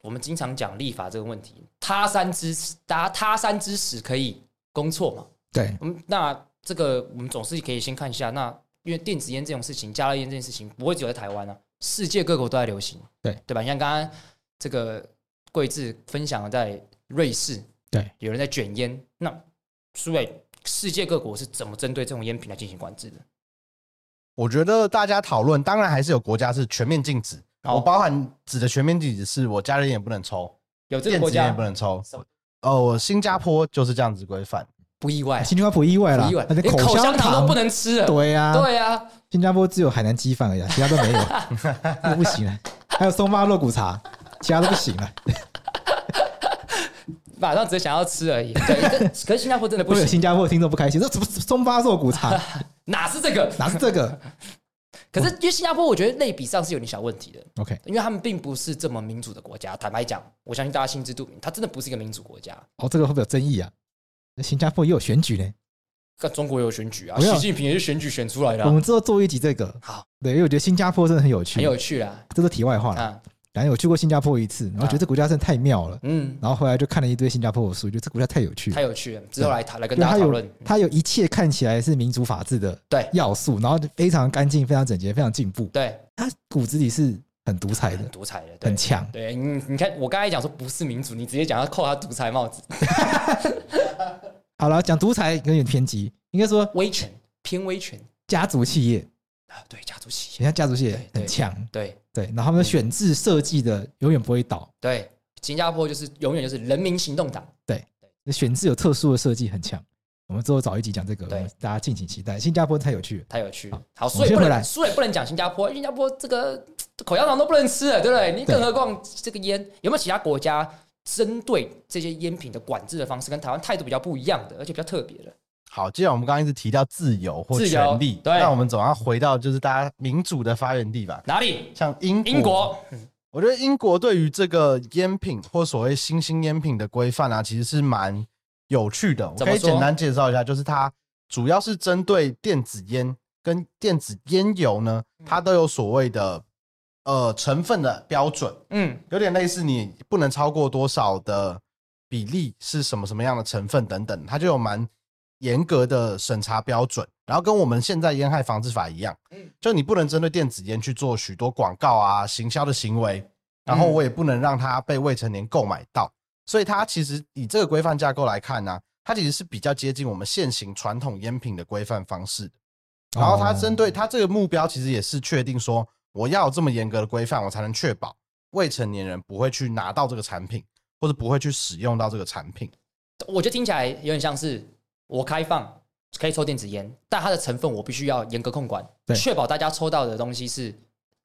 C: 我们经常讲立法这个问题，他山之达他山之石可以攻错嘛？
B: 对，
C: 嗯，那这个我们总是可以先看一下。那因为电子烟这种事情，加热烟这件事情，不会只有在台湾啊，世界各国都在流行，
B: 对
C: 对吧？像刚刚这个桂智分享的，在瑞士，
B: 对，
C: 有人在卷烟。那苏伟，世界各国是怎么针对这种烟品来进行管制的？
D: 我觉得大家讨论，当然还是有国家是全面禁止。
C: 哦
D: 我包含指的全面禁止是我家人也不能抽，
C: 有这个
D: 电
C: 国
D: 子烟
C: 家
D: 也不能抽
C: 什么。
D: 哦，新加坡就是这样子规范。
C: 不意外，
B: 新加坡不意外啦
C: 不意外，，
B: 那
C: 连口
B: 香
C: 香糖都不能吃了。
B: 对呀，
C: 对啊，
B: 新加坡只有海南鸡饭而已啊，其他都 没有，那不行了。还有松发肉骨茶，其他都不行啊了，
C: 马上只是想要吃而已。对，可可是新加坡真的
B: 会
C: 不
B: 有
C: 行，
B: 新加坡的听众不开心，这怎么松发肉骨 茶？
C: 哪是这个？
B: 哪是这个
C: 可是因为新加坡，我觉得类比上是有点小问题的，
B: ？OK，
C: 因为他们并不是这么民主的国家。坦白讲，我相信大家心知肚明，它真的不是一个民主国家。
B: 哦，这个会不会有争议啊？那新加坡也有选举呢，
C: 看中国有选举啊，
B: 没有
C: 习近平也是选举选出来的
B: 我
C: 啊、
B: 们之后做一集这个。
C: 好，
B: 对，因为我觉得新加坡真的很有趣
C: 很，有趣啦。
B: 这是题外话了。
C: 啊，
B: 然后有去过新加坡一次，然后觉得这国家真的太妙了，
C: 嗯，
B: 然后回来就看了一堆新加坡的书，觉得这国家太有趣了
C: 太。有趣了。之后来讨来跟
B: 因为
C: 大
B: 它
C: 家讨
B: 有
C: 论。嗯
B: 它有一切看起来是民主法治的
C: 对
B: 要素，然后非常干净、非常整洁、非常进步。
C: 对，
B: 它骨子里是很独裁
C: 很
B: 的，
C: 独裁的，对
B: 很。强。
C: 对你，你看我刚才讲说不是民主，你直接讲要扣他独裁帽子，
B: 好了，讲独裁有点偏激，应该说
C: 威权偏威权
B: 家族企业，
C: 啊，对家族企
B: 人
C: 业，
B: 家家族企业
C: 对对
B: 很强，
C: 对
B: 对，然后他们的选制设计的永远不会倒，
C: 对，新加坡就是永远就是人民行动党。
B: 选制有特殊的设计很强。我们之后找一集讲这个，我
C: 对
B: 们大家敬请期待。新加坡太有趣了，
C: 太有趣了。好，
B: 我
C: 所
B: 们
C: 以
B: 先
C: 不
B: 回来
C: 能，所以不能讲新加坡，因为新加坡这个这口香糖都不能吃了，对不对？你
B: 对
C: 更何况这个烟，有没有其他国家针对这些烟品的管制的方式跟台湾态度比较不一样的，而且比较特别的？
D: 好，既然我们刚刚一直提到自由或
C: 自由
D: 权利，
C: 对
D: 那我们总要回到就是大家民主的发源地吧。
C: 哪里？
D: 像英
C: 英国，嗯
D: 我觉得英国对于这个烟品或所谓新兴烟品的规范啊，其实是蛮有趣的。我
C: 怎
D: 可
C: 么
D: 以
C: 说
D: 简单介绍一下，就是它主要是针对电子烟跟电子烟油呢，
C: 嗯
D: 它都有所谓的呃成分的标准，
C: 嗯，
D: 有点类似你不能超过多少的比例是什么什么样的成分等等，它就有蛮严格的审查标准。然后跟我们现在烟害防治法一样
C: 嗯，
D: 就你不能针对电子烟去做许多广告啊、行销的行为，然后我也不能让它被未成年购买到。所以它其实以这个规范架构来看呢、它其实是比较接近我们现行传统烟品的规范方式的。然后它
B: 哦
D: 针对它这个目标，其实也是确定说，我要有这么严格的规范，我才能确保未成年人不会去拿到这个产品，或者不会去使用到这个产品。
C: 我觉得听起来有点像是我开放可以抽电子烟，但它的成分我必须要严格控管，
B: 对
C: 确保大家抽到的东西是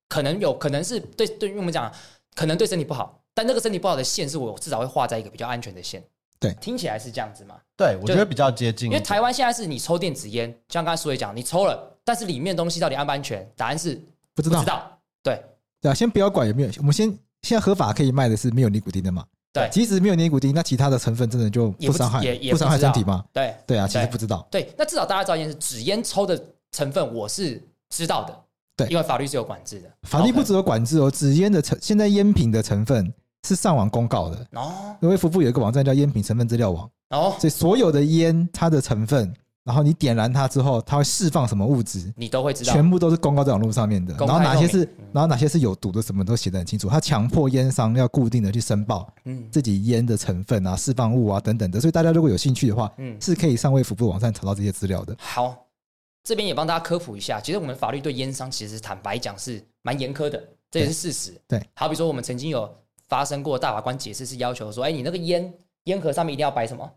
C: 可能有可能是对对于我们讲，可能对身体不好，但那个身体不好的线是我至少会画在一个比较安全的线。
B: 对
C: 听起来是这样子嘛？
D: 对，我
C: 就
D: 觉得比较接近一
C: 因
D: 点，
C: 为台湾现在是你抽电子烟，就像刚才苏伟讲，你抽了，但是里面东西到底安不安全？答案是
B: 不知
C: 不
B: 道
C: 知，道。对，
B: 对啊，先不要管有没有，我们先现在合法可以卖的是没有尼古丁的嘛？
C: 对
B: 即使没有尼古丁，那其他的成分真的就
C: 也不
B: 伤害
C: 也也
B: 不伤害
C: 知道
B: 身体吗？？
C: 对
B: 对啊，其实
C: 对
B: 不知道，
C: 对，那至少大家知道一件事，纸烟抽的成分我是知道的，
B: 对
C: 因为法律是有管制的。
B: 法律
C: OK
B: 不只有管制哦，纸烟的成现在烟品的成分是上网公告的，
C: 哦
B: 因为福部有一个网站叫烟品成分资料网，
C: 哦，
B: 所以所有的烟它的成分，然后你点燃它之后，它会释放什么物质，
C: 你都会知道。
B: 全部都是公告在网络上面的。
C: 公
B: 然
C: 开
B: 后哪些是
C: 透明嗯，
B: 然后哪些是有毒的，什么都写得很清楚。它强迫烟商要固定的去申报
C: 嗯，
B: 自己烟的成分啊、释放物啊等等的。所以大家如果有兴趣的话，
C: 嗯
B: 是可以上卫福部网站查到这些资料的。
C: 好，这边也帮大家科普一下，其实我们法律对烟商其实坦白讲是蛮严苛的，这也是事实。
B: 对，
C: 好比说我们曾经有发生过大法官解释是要求说，哎，你那个烟烟盒上面一定要摆什么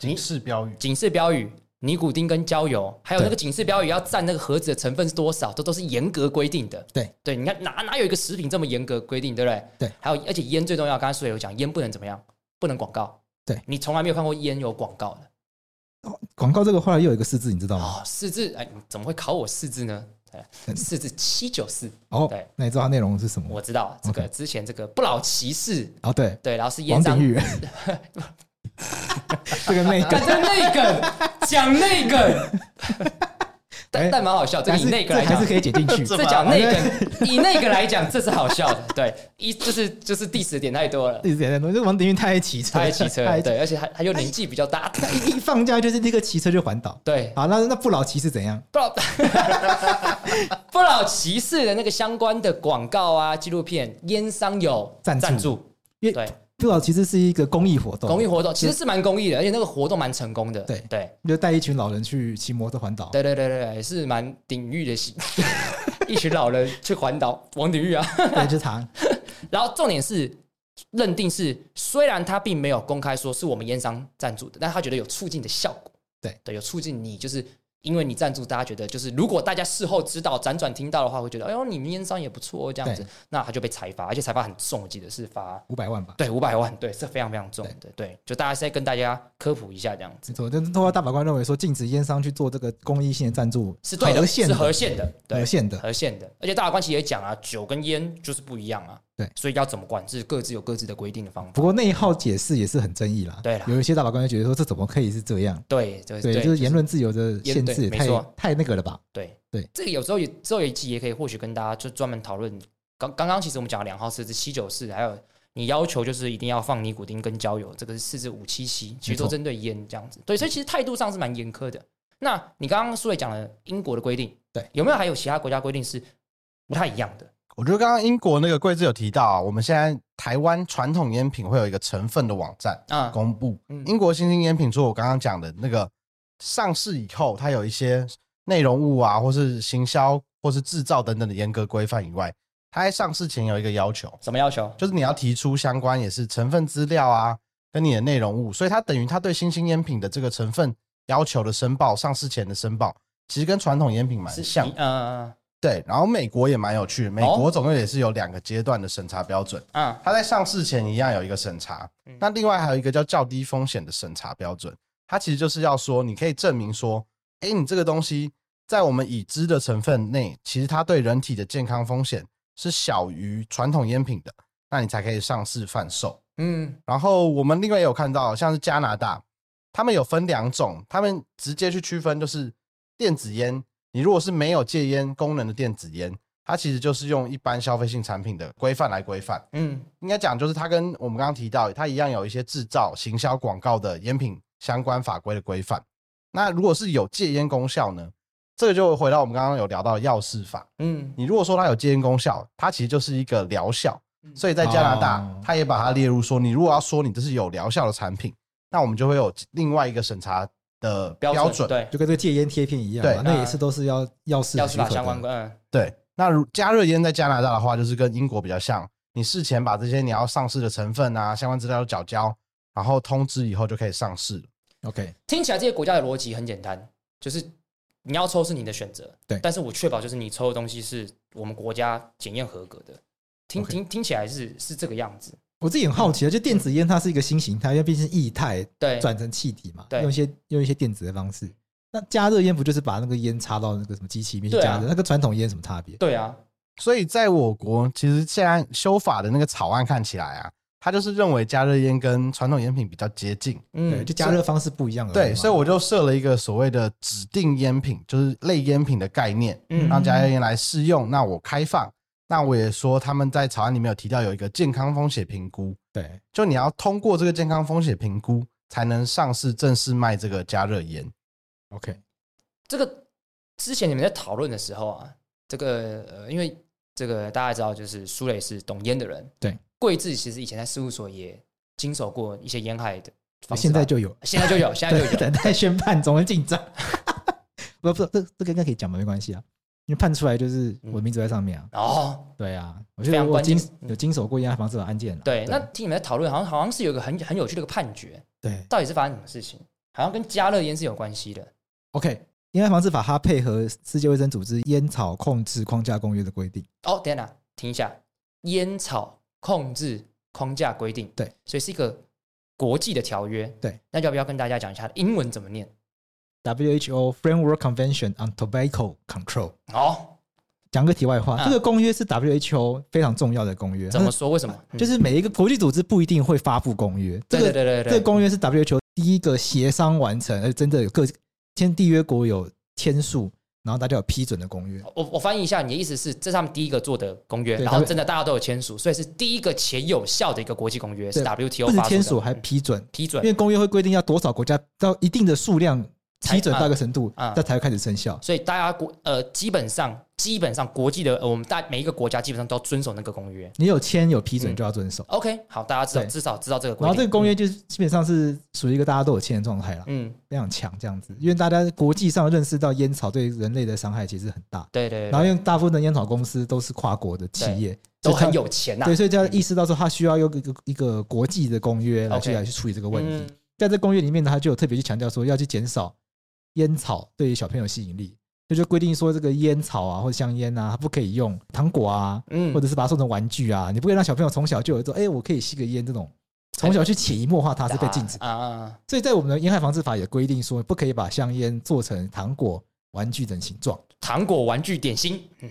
D: 警示标语。
C: 警示标语。尼古丁跟焦油，还有
B: 对
C: 那个警示标语要占那个盒子的成分是多少，这都是严格规定的。
B: 对
C: 对，你看哪哪有一个食品这么严格规定，对不对？
B: 对。
C: 还有，而且烟最重要，刚才苏有讲，烟不能怎么样，不能广告。
B: 对
C: 你从来没有看过烟有广告的。
B: 广告这个后来又有一个四字，你知道吗？
C: 哦，四字，哎，你怎么会考我四字呢？哎
B: 嗯
C: 四字七九四，
B: 哦
C: 对，
B: 那你知道它内容是什么？
C: 我知道这个之前这个不老骑士，
B: 哦，对，
C: 对，然后是烟
B: 王
C: 商哎
B: 鼎， 玉，这个内
C: 干
B: 梗，
C: 这内梗，讲 内梗，
B: 哎
C: 但但蛮好 笑，这个
B: 但
C: 以
B: 是
C: 内
B: 这
C: 梗来
B: 还
C: 讲
B: 是。可以解进去。
C: 这讲内梗，以内梗来讲，这是好笑的。对，一就是就是第十点太多了，
B: 一直在那弄，这王鼎玉太爱骑车，
C: 他还骑 车
B: 太爱，
C: 对，而且还还有年纪比较大，
B: 他一一放假就是立刻骑车就环岛。
C: 对，
B: 好，那那不老骑是怎样？
C: 不老不老骑士的那个相关的广告啊、纪录片，烟商有
B: 赞助
C: 赞助，
B: 因为
C: 对，
B: 不老骑士是一个公益活动，
C: 公益活动其实是蛮公益的，而且那个活动蛮成功的。
B: 对
C: 对
B: 就带一群老人去骑摩托环岛。
C: 对对对对，是蛮鼎玉的戏。 一群老人去环岛，王鼎玉啊。
B: 对，就是他。
C: 然后重点是认定是，虽然他并没有公开说是我们烟商赞助的，但他觉得有促进的效果。
B: 对
C: 对，有促进你就是。因为你赞助，大家觉得就是，如果大家事后知道、辗转听到的话，会觉得，哎呦，你们烟商也不错哦，这样子
B: 对，
C: 那他就被裁罚，而且裁罚很重，我记得是罚
B: 五百万吧。
C: 对五百万，对，是非常非常重的，对，就大家再跟大家科普一下这样子
B: 没。错，但是通过大法官认为说，禁止烟商去做这个公益性的赞助
C: 是对的，
B: 和线
C: 是合宪的，对
B: 和宪的
C: 合宪的。而且大法官其实也讲啊，酒跟烟就是不一样啊，
B: 对
C: 所以要怎么管制，各自有各自的规定的方
B: 不
C: 法。
B: 过内耗解释也是很争议啦。
C: 对啦
B: 有一些大法官就觉得说，这怎么可以是这样？
C: 对，对，
B: 对，就是言论自由的限制也
C: 对没
B: 太
C: 错
B: 太那个了吧？
C: 对
B: 对
C: 这个有时候也之后有一集也可以或许跟大家就专门讨论。刚刚刚其实我们讲了两号设置七九四，还有你要求就是一定要放尼古丁跟焦油，这个是四至五七七，其实都
B: 没错
C: 针对烟这样子。对，所以其实态度上是蛮严苛的。那你刚刚苏伟讲了英国的规定，
B: 对，
C: 有没有还有其他国家规定是不太一样的？
D: 我觉得刚刚英国那个贵志有提到啊，我们现在台湾传统烟品会有一个成分的网站
C: 啊
D: 公布。
C: 嗯
D: 英国新兴烟品，除了我刚刚讲的那个上市以后，它有一些内容物啊，或是行销或是制造等等的严格规范以外，它在上市前有一个要求，
C: 什么要求？
D: 就是你要提出相关也是成分资料啊，跟你的内容物，所以它等于它对新兴烟品的这个成分要求的申报，上市前的申报，其实跟传统烟品蛮像
C: 你呃
D: 对。然后美国也蛮有趣的，美国总共也是有两个阶段的审查标准，
C: 啊
D: 它在上市前一样有一个审查，那另外还有一个叫较低风险的审查标准，它其实就是要说，你可以证明说，哎，你这个东西在我们已知的成分内，其实它对人体的健康风险是小于传统烟品的，那你才可以上市贩售。
C: 嗯，
D: 然后我们另外也有看到，像是加拿大，他们有分两种，他们直接去区分，就是电子烟，你如果是没有戒烟功能的电子烟，它其实就是用一般消费性产品的规范来规范。
C: 嗯，
D: 应该讲就是它跟我们刚刚提到，它一样有一些制造、行销、广告的烟品相关法规的规范。那如果是有戒烟功效呢？这个就回到我们刚刚有聊到的药事法。
C: 嗯，
D: 你如果说它有戒烟功效，它其实就是一个疗效，所以在加拿大
B: 哦，
D: 它也把它列入说，你如果要说你这是有疗效的产品，那我们就会有另外一个审查的标准。
C: 对，
B: 就跟这个戒烟贴片一样嘛，
D: 对
B: 那也是都是要药师
C: 药
B: 许
C: 师
B: 可
C: 呃法
B: 的
C: 相关，嗯，
D: 对，那如加热烟在加拿大的话，就是跟英国比较像，你事前把这些你要上市的成分啊、相关资料都缴交，然后通知以后就可以上市了。
B: OK，
C: 听起来这些国家的逻辑很简单，就是你要抽是你的选择，
B: 对
C: 但是我确保就是你抽的东西是我们国家检验合格的。听
B: OK
C: 听听起来是是这个样子，
B: 我自己很好奇啊，就电子烟它是一个新形态，因为毕竟是液态
C: 对，
B: 转成气体嘛，
C: 对
B: 用一些用一些电子的方式。那加热烟不就是把那个烟插到那个什么机器里面去
C: 对
B: 加
C: 啊
B: 热？那跟传统烟有什么差别？
C: 对啊，
D: 所以在我国，其实现在修法的那个草案看起来啊，它就是认为加热烟跟传统烟品比较接近。
B: 对，
C: 嗯
B: 就，加热方式不一样而已嘛。
D: 对，所以我就设了一个所谓的指定烟品，就是类烟品的概念，
C: 嗯
D: 让加热烟来试用。那我开放，那我也说他们在草案里面有提到有一个健康风险评估，
B: 对
D: 就你要通过这个健康风险评估，才能上市正式卖这个加热烟。
B: OK，
C: 这个之前你们在讨论的时候啊，这个呃，因为这个大家也知道，就是苏磊是懂烟的人，
B: 对，
C: 桂志其实以前在事务所也经手过一些烟害的防治法，
B: 现在就有，
C: 现在就有， 现在就
B: 对，
C: 有，
B: 等待宣判，总会进账。 不不，这这个应该可以讲吧？没关系啊，因为判出来就是我的名字在上面啊。
C: 哦，
B: 对啊，我觉
C: 嗯非
B: 得
C: 常
B: 我
C: 关
B: 经
C: 键嗯
B: 有经手过烟害防治法案件了。啊
C: 对，那听你们在讨论，好像好像是有一个很很有趣的一个判决，
B: 对
C: 到底是发生什么事情？好像跟加热烟是有关系的。
B: ，OK，烟害防治法它配合世界卫生组织烟草控制框架公约的规定。
C: 哦，等一下，停一下，烟草控制框架规定，
B: 对，
C: 所以是一个国际的条约，
B: 对。
C: 那要不要跟大家讲一下英文怎么念？
B: WHO Framework Convention on Tobacco Control。
C: 哦，
B: 讲个题外话，
C: 啊
B: 这个公约是 WHO 非常重要的公约，
C: 怎么说？为什么？
B: 它
C: 嗯
B: 啊就是每一个国际组织不一定会发布公约，这
C: 对
B: 个
C: 对对对
B: 这
C: 对，
B: 个公约是 WHO 第一个协商完成，而真的有各签缔约国有签署，然后大家有批准的公约。
C: 我我翻译一下，你的意思是这是他们第一个做的公约，
B: 对
C: 然后
B: 他们
C: 真的大家都有签署，所以是第一个且有效的一个国际公约，是
B: 对
C: WTO
B: 不止
C: 发出的
B: 签署还
C: 嗯
B: 批准，
C: 批
B: 因
C: 准，
B: 为公约会规定要多少国家到一定的数量
C: 才
B: 批准到一个程度
C: 啊啊，
B: 它才会开始生效。
C: 所以大家国呃基本上基本上国际的、呃我们大每一个国家基本上都要遵守那个公约。
B: 你有签有批准
C: 嗯
B: 就要遵守，
C: OK，好，大家知道
B: 对
C: 至少知道这个规定。
B: 然后这个公约就是基本上是属于一个大家都有签的状态啦。
C: 嗯，嗯，
B: 非常强这样子，因为大家国际上认识到烟草对人类的伤害其实很大，
C: 对对对，
B: 然后因为大部分的烟草公司都是跨国的企业，
C: 都很
B: 所以
C: 有钱
B: 它
C: 啊呐、
B: 对，所以就要意识到说它需要用一个一个国际的公约来去
C: 嗯 OK
B: 来去处理这个问题。
C: 嗯
B: 在这公约里面呢，它就有特别去强调说要去减少烟草对于小朋友吸引力，这就规定说这个烟草啊或者香烟啊，它不可以用糖果啊，
C: 嗯
B: 或者是把它做成玩具啊，你不可以让小朋友从小就有一种哎、我可以吸个烟这种，从小去潜移默化它是被禁止的
C: 啊啊啊，
B: 所以在我们的烟害防治法也规定说，不可以把香烟做成糖果、玩具等形状。
C: 糖果、玩具、点心，嗯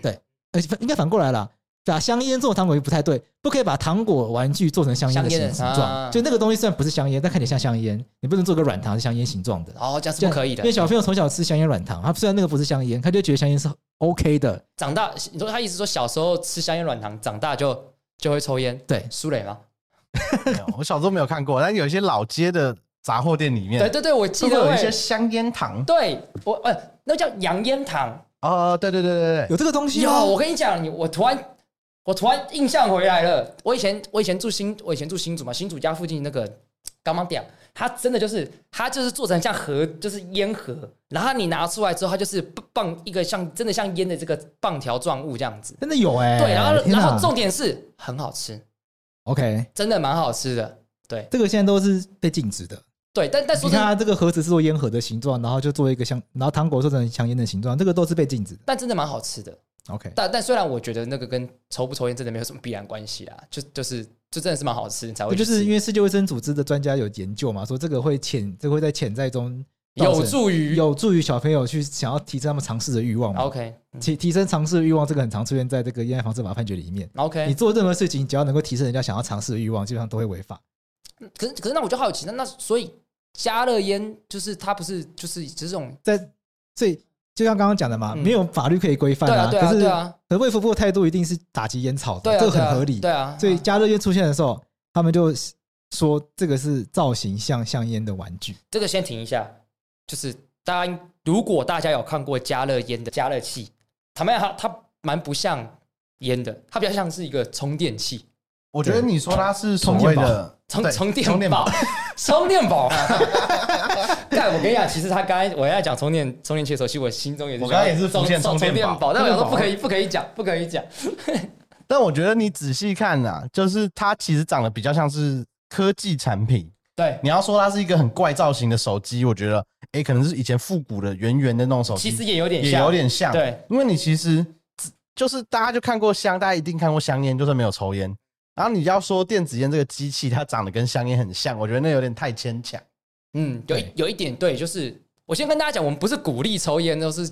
B: 而且应该呃反过来啦，把香烟做成糖果也不太对，不可以把糖果、玩具做成香烟的
C: 香
B: 形
C: 烟的
B: 形
C: 啊
B: 状。就那个东西虽然不是香烟，但看起来像香烟，你不能做个软糖是香烟形状的。
C: 然后这哦样是不可以的
B: 因为。小朋友从小吃香烟软糖，他虽然那个不是香烟，他就觉得香烟是 OK 的。
C: 长大，你说他意思说小时候吃香烟软糖，长大就就会抽烟，
B: 对
C: 苏磊吗？
D: 没有我小时候没有看过，但有一些老街的杂货店里面，
C: 对对对，我
D: 是
C: 记
D: 会
C: 得
D: 有
C: 会
D: 一些香烟糖。
C: 对我呃，那叫洋烟糖。
D: 哦，对对对对对，
B: 有这个东西
C: 有，
B: 吗？
C: 哦我跟你讲，你我突然我突然印象回来了。我以前我以前住新我以前住新竹嘛，新竹家附近那个干妈店，啊它真的就是它就是做成像盒，就是烟盒，然后你拿出来之后，它就是棒一个像真的像烟的这个棒条状物这样子。
B: 真的有哎、
C: 对，然后
B: 天
C: 然
B: 哪
C: 后重点是很好吃，
B: OK，
C: 真的蛮好吃的。对
B: 这个现在都是被禁止的。
C: 对，但但说
B: 你
C: 真
B: 看
C: 的，
B: 它这个盒子是做烟盒的形状，然后就做一个香，然后糖果做成香烟的形状，这个都是被禁止的。
C: 但真的蛮好吃的。
B: OK，
C: 但但虽然我觉得那个跟抽不抽烟真的没有什么必然关系啦，就就是这真的是蛮好吃，你才会
B: 那
C: 去
B: 哦就是
C: 吃
B: 因为世界卫生组织的专家有研究嘛，说这个会潜，这个会在潜在中造
C: 有
B: 成
C: 助于
B: 有助于小朋友去想要提升他们尝试的欲望嘛。
C: 啊 OK 嗯
B: 提提升尝试的欲望，这个很常出现在这个烟害防治法判决里面。你
C: 啊 OK，
B: 做任何事情，只要能够提升人家想要尝试的欲望，基本上都会违法。
C: 可是可是那我就好奇，那那所以加热烟就是它不是就是这种
B: 在所以就像刚刚讲的嘛，
C: 嗯
B: 没有法律可以规范
C: 对啊对啊
B: 可是
C: 对啊
B: 可卫福部的态度一定是打击烟草的，
C: 对啊，
B: 这个
C: 对啊
B: 很合理。
C: 对啊，
B: 所以
C: 啊
B: 加热烟出现的时候，他们就说这个是造型像像烟的玩具。
C: 这个先停一下，就是大家如果大家有看过加热烟的加热器，坦白讲它它蛮不像烟的，它比较像是一个充电器，
D: 我觉得
B: 对
D: 你说它是所
B: 充电
D: 谓
B: 宝
D: 的
C: 充
D: 对
C: 充
D: 充
C: 电
D: 电
C: 宝
D: 宝，
C: 充电宝 啊。但我跟你讲，其实他刚才我在讲充电充电器的时候，其实我心中也是
D: 我刚才
C: 觉得
D: 也是浮现
C: 充
D: 充
C: 充
D: 电
C: 电
D: 宝
C: 宝，但我想说不
D: 充电宝
C: 可以不可以讲不可以讲，
D: 但我觉得你仔细看啊，就是它其实长得比较像是科技产品。
C: 对，
D: 你要说它是一个很怪造型的手机，我觉得，诶，可能是以前复古的圆圆的那种手
C: 其
D: 机，
C: 实也有点
D: 也
C: 像，
D: 有点像。
C: 对，
D: 因为你其实就是大家就看过香，大家一定看过香烟，就是没有抽烟。然后你要说电子烟这个机器，它长得跟香烟很像，我觉得那有点太牵强。
C: 嗯，有一
B: 对
C: 有一点对，就是我先跟大家讲，我们不是鼓励抽烟，都是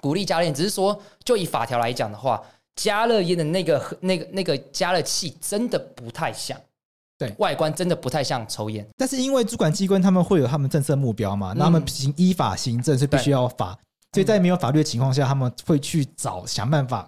C: 鼓励加热烟，只是说就以法条来讲的话，加热烟的那个那个那个加热器真的不太像，
B: 对
C: 外观真的不太像抽烟，
B: 但是因为主管机关他们会有他们政策目标
C: 嗯
B: 嘛，那他们行依法行政是必须要有法，所以在没有法律的情况下，他们会去找想办法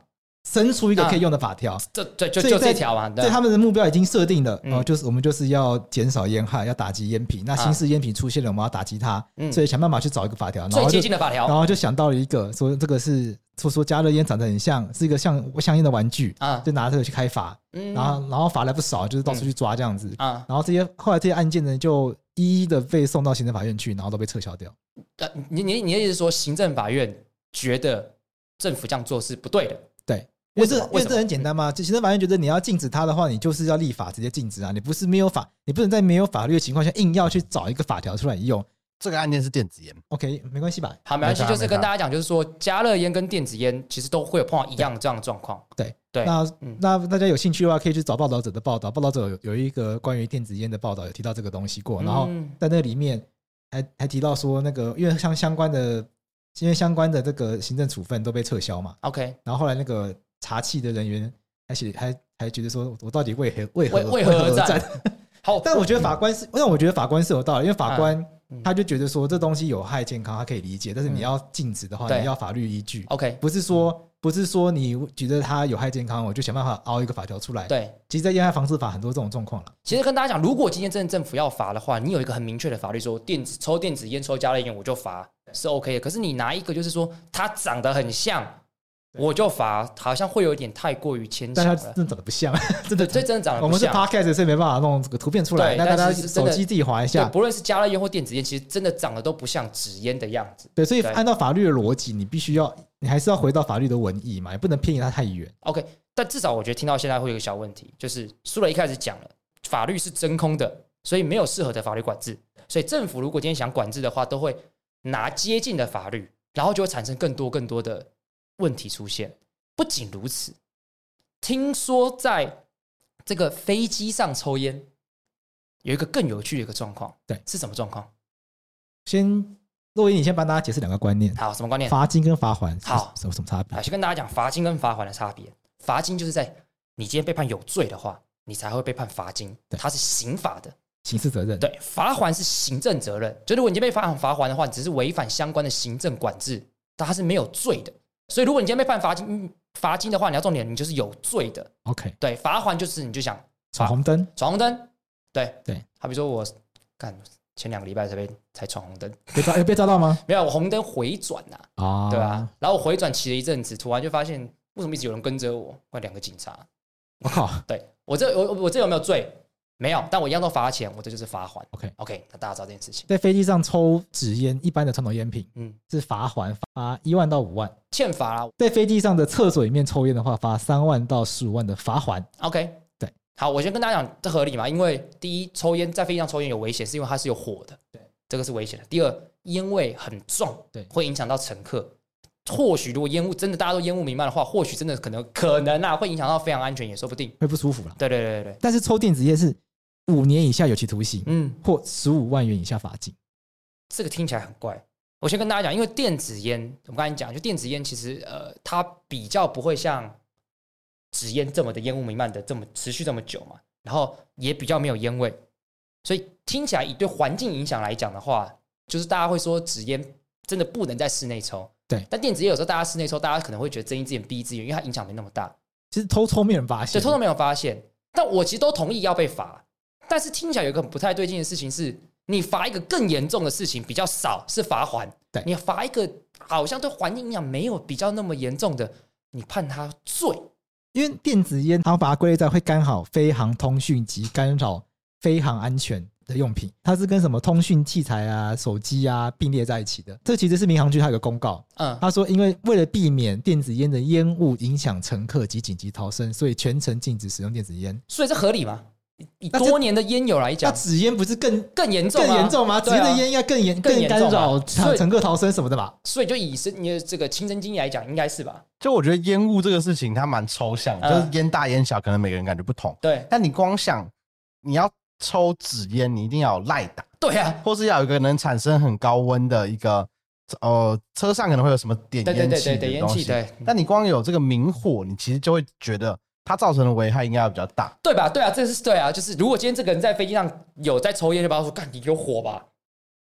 B: 生出一个可以用的法条。
C: 这对就
B: 所以
C: 就
B: 在
C: 这条嘛，啊对
B: 在他们的目标已经设定了，
C: 嗯啊
B: 哦，就是我们就是要减少烟害，要打击烟品。那新式烟品出现了，我们要打击它，
C: 嗯
B: 所以想办法去找一个法条，然
C: 最
B: 后就
C: 哦接近的法
B: 然
C: 条
B: 后就想到了一个，说这个是说说加热烟长得很像，是一个像香烟的玩具，
C: 啊，
B: 就拿这个去开罚，
C: 嗯
B: 然后然后罚了不少，就是到处去抓这样子。
C: 啊，
B: 然后这些后来这些案件呢，就一一的被送到行政法院去，然后都被撤销掉。
C: 呃你你你的意思是说，行政法院觉得政府这样做是不对的？
B: 对，因为这
C: 为什么嗯
B: 因为这很简单嘛，就行政法院觉得你要禁止它的话，你就是要立法直接禁止啊，你不是没有法，你不能在没有法律的情况下硬要去找一个法条出来用。
D: 这个案件是电子烟，
B: OK，没关系吧？
C: 好，没关系，
D: 没差
C: 就是跟
D: 没差
C: 大家讲，就是说加热烟跟电子烟其实都会有碰到一样这样的状况。
B: 对
C: 对，
B: 那
C: 嗯
B: 那大家有兴趣的话，可以去找报道者的报道。报道者有有一个关于电子烟的报道，有提到这个东西哦过。然后
C: 嗯
B: 在那里面还还提到说，那个因为相相关的，因为相关的这个行政处分都被撤销嘛。
C: OK，
B: 然后后来那个查气的人员还写还还觉得说，我到底为何为何
C: 为为何而
B: 而
C: 战？ 好，
B: 但我觉得法官是，但我觉得法官是有道理，因为法官
C: 嗯
B: 他就觉得说这东西有害健康，他可以理解，但是你
C: 嗯
B: 要禁止的话，
C: 对哦嗯
B: 你要法律依据。
C: OK，
B: 不是说不是说你觉得它有害健康，我就想办法凹一个法条出来。，
C: 对。
B: 其实，在烟害防治法很多这种状况了。
C: 其实跟大家讲，如果今天真的政府要罚的话，你有一个很明确的法律说电子抽电子烟、抽加热烟我就罚是 OK 的。可是你拿一个就是说它长得很像，我就罚，好像会有一点太过于牵
B: 但
C: 强
B: 它
C: 了。
B: 真的长得不像，真的
C: 对，这真的长得
B: 我
C: 不
B: 们是
C: 像。
B: podcast，所以没办法弄这个图片出来，
C: 对
B: 那大家
C: 但是是
B: 手
C: 真的
B: 机自己划一
C: 对，
B: 下。
C: 不论是加热烟或电子烟，其实真的长得都不像纸烟的样子。
B: 对，所以
C: 对
B: 按照法律的逻辑，你必须要，你还是要回到法律的文意嘛，也不能偏离它太远。
C: OK，但至少我觉得听到现在会有一个小问题，就是苏磊一开始讲了，法律是真空的，所以没有适合的法律管制，所以政府如果今天想管制的话，都会拿接近的法律，然后就会产生更多更多的问题出现。不仅如此，听说在这个飞机上抽烟有一个更有趣的一个状况，
B: 对
C: 是什么状况？
B: 先，洛伊，你先帮大家解释两个观念：
C: 好，什么观念？
B: 罚金跟罚款是
C: 好
B: 什么什么差别
C: 啊，？先跟大家讲罚金跟罚款的差别。罚金就是在你今天被判有罪的话，你才会被判罚金，
B: 对
C: 它是刑法的。
B: 刑事责任。
C: 对，罚款是行政责任，就如果你今天被罚款罚款的话，你只是违反相关的行政管制，但它是没有罪的。所以如果你今天被判罚金嗯罚金的话，你要重点，你就是有罪的。
B: ，OK，
C: 对，罚款就是你就想
B: 闯红灯，
C: 闯红灯，对
B: 对，
C: 好比说我干前两个礼拜才被才闯红灯，
B: 被抓，有哎被抓到吗？
C: 没有我红灯回转呐、
B: 啊，
C: 对 啊，，然后我回转骑了一阵子，突然就发现为什么一直有人跟着我？快两个警察！
B: 我靠
C: 对我这我我我这有没有罪？没有，但我一样都罚钱，我这就是罚款。
B: ，OK。
C: OK，那大家知道这件事情。
B: 在飞机上抽纸烟，一般的传统烟品
C: 嗯，
B: 是罚还罚一万到五万；
C: 欠罚啦。
B: 在飞机上的厕所里面抽烟的话，罚三万到十五万的罚还。
C: OK，
B: 对，
C: 好，我先跟大家讲，这合理嘛？因为第一，抽烟在飞机上抽烟有危险，是因为它是有火的，
B: 对，
C: 这个是危险的。第二，烟味很重，
B: 对
C: 会影响到乘客。或许如果烟雾真的大家都烟雾弥漫的话，或许真的可能可能啊，会影响到非常安全也说不定。
B: 会不舒服了。
C: 对对对对对，
B: 但是抽电子烟是五年以下有期徒刑
C: 嗯，
B: 或十五万元以下罚金。
C: 这个听起来很怪。我先跟大家讲，因为电子烟，我刚才讲，就电子烟其实呃，它比较不会像纸烟这么的烟雾弥漫的这么持续这么久嘛，然后也比较没有烟味，所以听起来以对环境影响来讲的话，就是大家会说纸烟真的不能在室内抽。
B: 对
C: 但电子烟有时候大家室内抽，大家可能会觉得睁一只眼闭一只眼，因为它影响没那么大。
B: 其实偷抽没人发
C: 对，
B: 现，
C: 偷偷没有发现。但我其实都同意要被罚，但是听起来有一个很不太对劲的事情是，你罚一个更严重的事情比较少是罚还，
B: 对
C: 你罚一个好像对环境影响没有比较那么严重的，你判他罪。
B: 因为电子烟它把它归类在会干扰飞航通讯及干扰飞航安全的用品，它是跟什么通讯器材啊、手机啊并列在一起的。这其实是民航局它有个公告，
C: 嗯，
B: 他说因为为了避免电子烟的烟雾影响乘客及紧急逃生，所以全程禁止使用电子烟。
C: 所以这合理吗？以以
B: 那这
C: 多年的烟友来
B: 那
C: 讲，
B: 纸烟不是更
C: 更严重、啊，
B: 更严重吗？纸
C: 对
B: 烟
C: 啊
B: 的烟应该更严、
C: 更
B: 更
C: 严
B: 干
C: 重啊
B: 扰
C: 所以
B: 乘客逃生什么的吧？
C: 所以就以是你的这个亲身经历来讲，应该是吧？
D: 就我觉得烟雾这个事情它蛮抽象，
C: 嗯
D: 就是烟大烟小，可能每个人感觉不同。
C: 对，
D: 但你光想你要抽纸烟，你一定要有赖打，
C: 对啊，
D: 或是要有一个能产生很高温的一个，呃，车上可能会有什么点
C: 对对
D: 烟
C: 对
D: 器
C: 对，对
D: 的
C: 烟
D: 东
C: 气，
D: 西。
C: 对，
D: 但你光有这个明火，你其实就会觉得它造成的危害应该要比较大。
C: 对吧？对啊，这是对啊，就是如果今天这个人在飞机上有在抽烟，就把他说：“干，你有火吧？”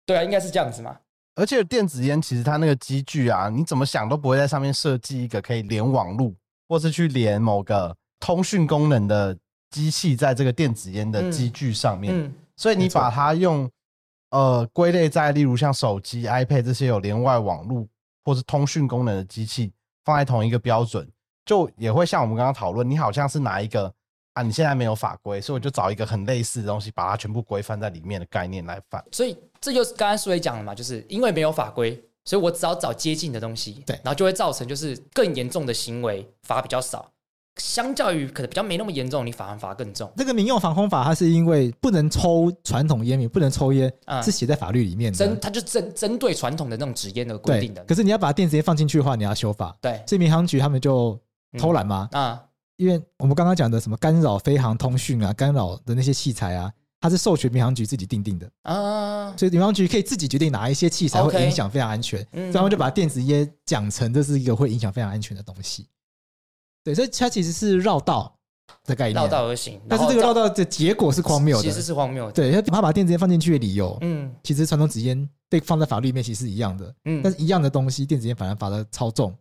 C: 对啊，应该是这样子嘛。
D: 而且电子烟其实它那个机具啊，你怎么想都不会在上面设计一个可以连网路，或是去连某个通讯功能的机器在这个电子烟的机具上面。
C: 嗯，
D: 所以你
B: 没错
D: 把它用呃归类在，例如像手机、iPad 这些有连外网路或是通讯功能的机器，放在同一个标准，就也会像我们刚刚讨论，你好像是拿一个啊，你现在没有法规，所以我就找一个很类似的东西，把它全部规范在里面的概念来犯。
C: 所以这就是刚刚苏伟讲的嘛，就是因为没有法规，所以我只要找接近的东西，
B: 对
C: 然后就会造成就是更严重的行为罚比较少，相较于可能比较没那么严重，你反而罚更重。
B: 这个民用防空法，它是因为不能抽传统烟民，不能抽烟，
C: 嗯
B: 是写在法律里面的。
C: 针，它就针针对传统的那种纸烟的规
B: 对
C: 定的，，
B: 可是你要把电子烟放进去的话，你要修法。
C: 对
B: 所以民航局他们就偷懒嘛，
C: 啊，
B: 因为我们刚刚讲的什么干扰飞航通讯啊、干扰的那些器材啊，它是授权民航局自己定定的，
C: 啊，
B: 所以民航局可以自己决定哪一些器材会
C: OK
B: 影响飞航安全，
C: 嗯
B: 所以他们就把电子烟讲成这是一个会影响飞航安全的东西。对，所以它其实是绕道的概念，啊
C: 绕道而行。
B: 但是
C: 然后
B: 这个绕道的结果是荒谬的，
C: 其实是荒谬的。
B: 对，他把电子烟放进去的理由，
C: 嗯
B: 其实传统纸烟被放在法律里面其实是一样的，
C: 嗯
B: 但是一样的东西，电子烟反而罚的超重，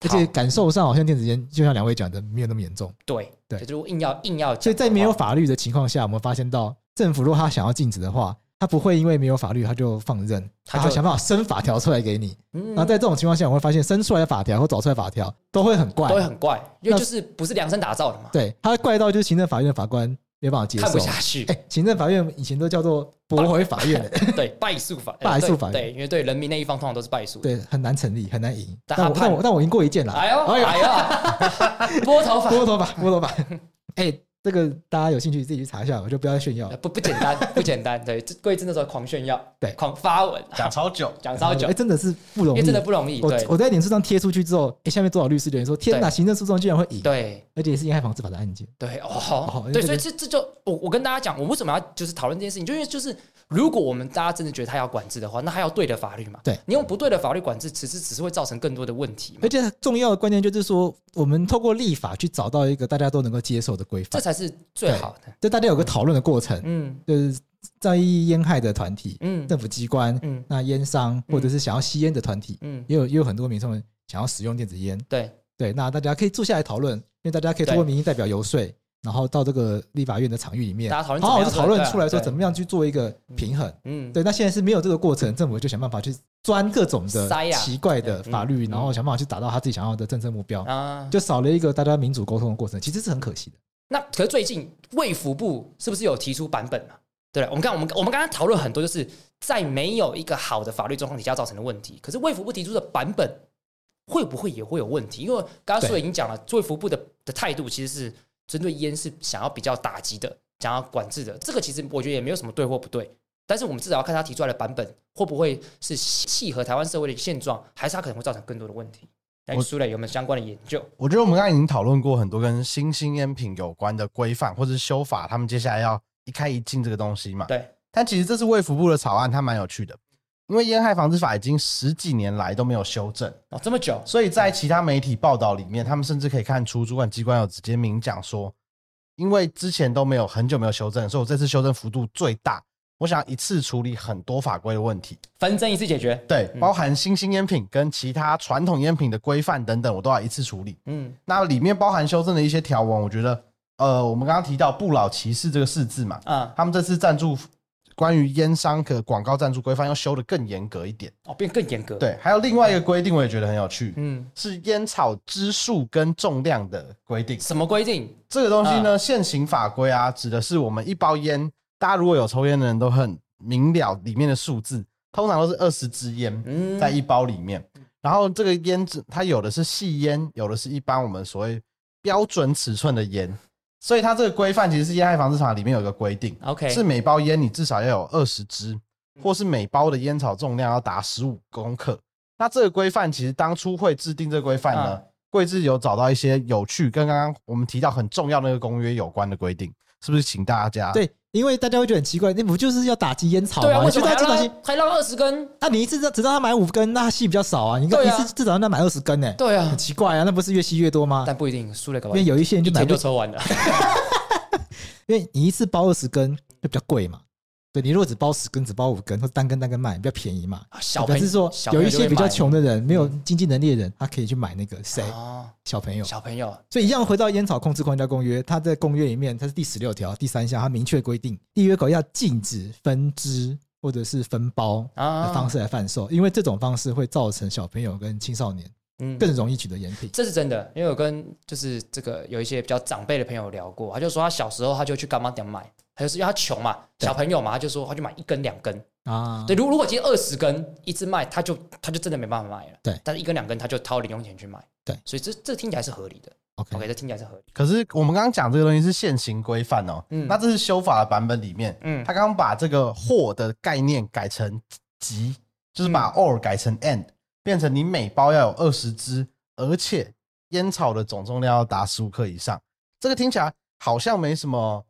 B: 而
C: 好
B: 且感受上好像电子烟就像两位讲的没有那么严重，
C: 对
B: 对
C: 就是如果硬要硬要讲的话，
B: 所以在没有法律的情况下，我们发现到政府如果他想要禁止的话，他不会因为没有法律他就放任，
C: 他
B: 他
C: 就
B: 会想办法生法条出来给你，
C: 嗯，
B: 然后在这种情况下，我们会发现生出来的法条或找出来的法条都会很怪
C: 都，会很怪，因为
B: 那
C: 就是不是量身打造的嘛，
B: 对，他会怪到就是行政法院的法官没办法接
C: 看
B: 受
C: 不。下去
B: 哎、。行政法院以前都叫做驳回法院的、
C: 对，败诉法，呃
B: 败诉
C: 对
B: 法院
C: 对，因为对人民那一方通常都是败诉。，
B: 对，很难成立，很难赢。
C: 但
B: 但我
C: 他判
B: 但我但我赢过一件啦。
C: 哎呦，哎呦， 拨 头发
B: 拨头发，拨头发。哎，这个大家有兴趣自己去查一下，我就不要炫耀。
C: 不不简单， 不简单。对，这贵真的时候狂炫耀，
B: 对
C: 狂发文，
D: 讲超久，
C: 讲超久
B: 哎，，真的是不容
C: 因
B: 易，
C: 为真的不容易。
B: 我
C: 对
B: 我在脸书上贴出去之后，哎，下面多少律师留言说：“天哪，
C: 对
B: 行政诉讼居然会赢，
C: 对
B: 而且也是侵害防治法的案件。
C: 对哦
B: 哦，
C: 对，
B: 这
C: 所以
B: 个
C: 这这就我我跟大家讲，我为什么要就是讨论这件事情，就因为就是如果我们大家真的觉得他要管制的话，那他要对的法律嘛。
B: 对
C: 你用不对的法律管制，其实只是会造成更多的问题嘛”
B: 而。且重要的关键就是说，我们透过立法去找到一个大家都能够接受的规
C: 这
B: 范，
C: 才是最好的。
B: 就大家有个讨论的过程，
C: 嗯
B: 就是在意烟害的团体、
C: 嗯
B: 政府机关、
C: 嗯
B: 那烟商或者是想要吸烟的团体，
C: 嗯，
B: 也有也有很多民众想要使用电子烟。
C: 对
B: 对，那大家可以坐下来讨论，因为大家可以通过民意代表游说，然后到这个立法院的场域里面，
C: 大家讨论
B: 好好
C: 怎
B: 的
C: 么样
B: 讨论
C: 对啊
B: 出来说
C: 对
B: 怎么样去做一个平衡。
C: 嗯
B: 对，那现在是没有这个过程，政府就想办法去钻各种的
C: 塞啊
B: 奇怪的
C: 对嗯
B: 法律，
C: 嗯
B: 然后想办法去达到他自己想要的政策目标，
C: 啊，
B: 就少了一个大家民主沟通的过程，其实是很可惜的。
C: 那可是最近卫福部是不是有提出版本啊？对不对，我们刚我们我们刚刚讨论很多，就是在没有一个好的法律状况底下造成的问题。可是卫福部提出的版本会不会也会有问题？因为刚刚
B: 对
C: 苏伟已经讲了，卫福部的的态度其实是针对烟是想要比较打击的，想要管制的。这个其实我觉得也没有什么对或不对，但是我们至少要看他提出来的版本会不会是契合台湾社会的现状，还是它可能会造成更多的问题。那
D: 我
C: 苏磊有没有相关的研究？
D: 我觉得我们刚才已经讨论过很多跟新兴烟品有关的规范或者是修法，他们接下来要一开一禁这个东西嘛。
C: 对，
D: 但其实这次卫福部的草案，它蛮有趣的，因为烟害防治法已经十几年来都没有修正，
C: 哦，这么久，
D: 所以在其他媒体报道里面，他们甚至可以看出主管机关有直接明讲说，因为之前都没有很久没有修正，所以我这次修正幅度最大，我想一次处理很多法规的问题。
C: 纷争一次解决。
D: 对，
C: 嗯
D: 包含新兴烟品跟其他传统烟品的规范等等，我都要一次处理。
C: 嗯，
D: 那里面包含修正的一些条文，我觉得，呃，我们刚刚提到不老骑士这个“士”字嘛，
C: 啊、
D: 他们这次赞助关于烟商和广告赞助规范要修得更严格一点。
C: 哦，变更严格。，
D: 对，还有另外一个规定，我也觉得很有趣，
C: 嗯，
D: 是烟草支数跟重量的规定。
C: 什么规定？
D: 这个东西
C: 嗯
D: 呢，现行法规啊，指的是我们一包烟，大家如果有抽烟的人都很明了里面的数字，通常都是二十支烟
C: 嗯
D: 在一包里面。然后这个烟只它有的是细烟，有的是一般我们所谓标准尺寸的烟，所以它这个规范其实是烟害防治法里面有一个规定，
C: OK，嗯
D: 是每包烟你至少要有二十支，或是每包的烟草重量要达十五公克。那这个规范其实当初会制定这个规范呢
C: 啊，
D: 贵志有找到一些有趣跟刚刚我们提到很重要的那个公约有关的规定，是不是？请大家
B: 对，因为大家会觉得很奇怪，那不就是要打击烟草
C: 啊对啊，
B: 吗？
C: 为
B: 你
C: 什
B: 就
C: 么
B: 大家
C: 还
B: 这东西
C: 让，他还让二十根？
B: 那你一次只只让他买五根，那他吸比较少啊。你看
C: 对
B: 一
C: 啊
B: 次至少让他买二十根呢，
C: 对啊
B: 很，奇怪啊，那不是越吸越多吗？
C: 但不一定，输了搞
B: 因
C: 不好
B: 为有一些人就
C: 一
B: 买
C: 天
B: 不
C: 就，抽 完了。
B: 因为你一次包二十根就比较贵嘛。对你如果只包十根、只包五根，或者单根单根卖，比较便宜嘛。
C: 小
B: 啊表
C: 朋
B: 示说
C: 小
B: 有
C: 朋友
B: 一
C: 就会
B: 些比较
C: 买
B: 穷的人，没有经济能力的人，他可以去买那个谁
C: 哦，
B: 小朋友。
C: 小朋友
B: 所以一样回到烟草控制框架公约，它在公约里面，它是第十六条第三项，它明确规定，缔约国要禁止分支或者是分包的
C: 啊，
B: 方式来贩售，因为这种方式会造成小朋友跟青少年
C: 嗯
B: 更容易取得烟品。
C: 这是真的，因为我跟就是这个有一些比较长辈的朋友聊过，他就说他小时候他就去干妈店买，他就是因为他穷嘛，
B: 对
C: 小朋友嘛，他就说他就买一根两根，
B: 啊，
C: 对，如如果今天二十根一直卖，他就他就真的没办法卖了，
B: 对
C: 但是一根两根他就掏零用钱去买，
B: 对
C: 所以这这听起来是合理的
B: ，OK，
C: ，OK，这听起来是合理的，
D: 可是我们刚刚讲这个东西是现行规范哦，
C: 嗯
D: 那这是修法的版本里面，
C: 嗯
D: 他刚刚把这个“货”的概念改成“集”，就是
C: 嗯
D: 把 “or” 改成 “and”，、变成你每包要有二十支，而且烟草的总重量要达十五克以上。这个听起来好像没什么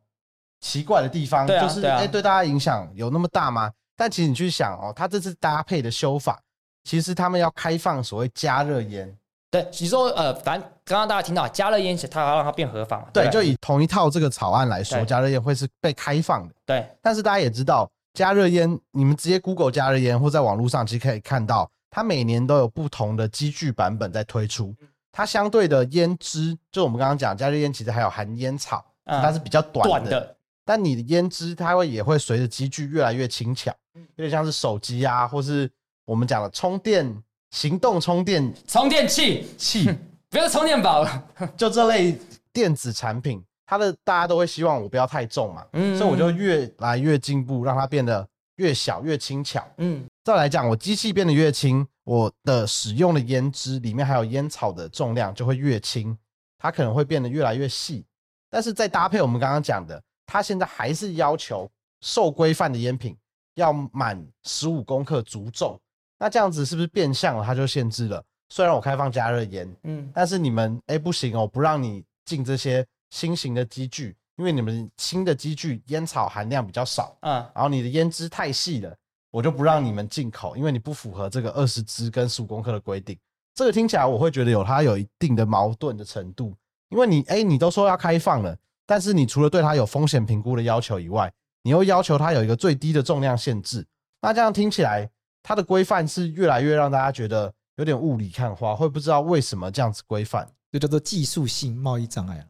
D: 奇怪的地方，
C: 对啊
D: 就是
C: 对
D: 哎、
C: 啊
D: 对大家影响有那么大吗？但其实你去想哦，他这次搭配的修法，其实他们要开放所谓加热烟，
C: 对，你说呃，反正刚刚大家听到加热烟，它要让它变合法嘛，
D: 对，
C: 不
D: 就以同一套这个草案来说，
C: 对
D: 加热烟会是被开放的。
C: 对，
D: 但是大家也知道，加热烟，你们直接 Google 加热烟，或在网络上其实可以看到，它每年都有不同的机具版本在推出。它相对的烟支，就我们刚刚讲加热烟，其实还有含烟草，
C: 嗯
D: 它是比较短
C: 短
D: 的。
C: 的，
D: 但你的烟支，它会也会随着机具越来越轻巧，
C: 嗯
D: 有点像是手机啊，或是我们讲的充电、行动充电
C: 充电器
D: 器，
C: 不要充电宝了，
D: 就这类电子产品，它的大家都会希望我不要太重嘛，
C: 嗯
D: 所以我就越来越进步，让它变得越小越轻巧。
C: 嗯
D: 再来讲，我机器变得越轻，我的使用的烟支里面还有烟草的重量就会越轻，它可能会变得越来越细。但是再搭配我们刚刚讲的，它现在还是要求受规范的烟品要满十五公克足重。那这样子是不是变相了？它就限制了。虽然我开放加热烟，
C: 嗯，
D: 但是你们哎不行哦，不让你进这些新型的机具，因为你们新的机具烟草含量比较少，
C: 啊
D: 然后你的烟支太细了，我就不让你们进口，因为你不符合这个二十支跟十五公克的规定。这个听起来我会觉得有它有一定的矛盾的程度，因为你哎你都说要开放了，但是你除了对它有风险评估的要求以外，你又要求它有一个最低的重量限制，那这样听起来它的规范是越来越让大家觉得有点雾里看花，会不知道为什么这样子规范。
B: 就叫做技术性贸易障碍啊。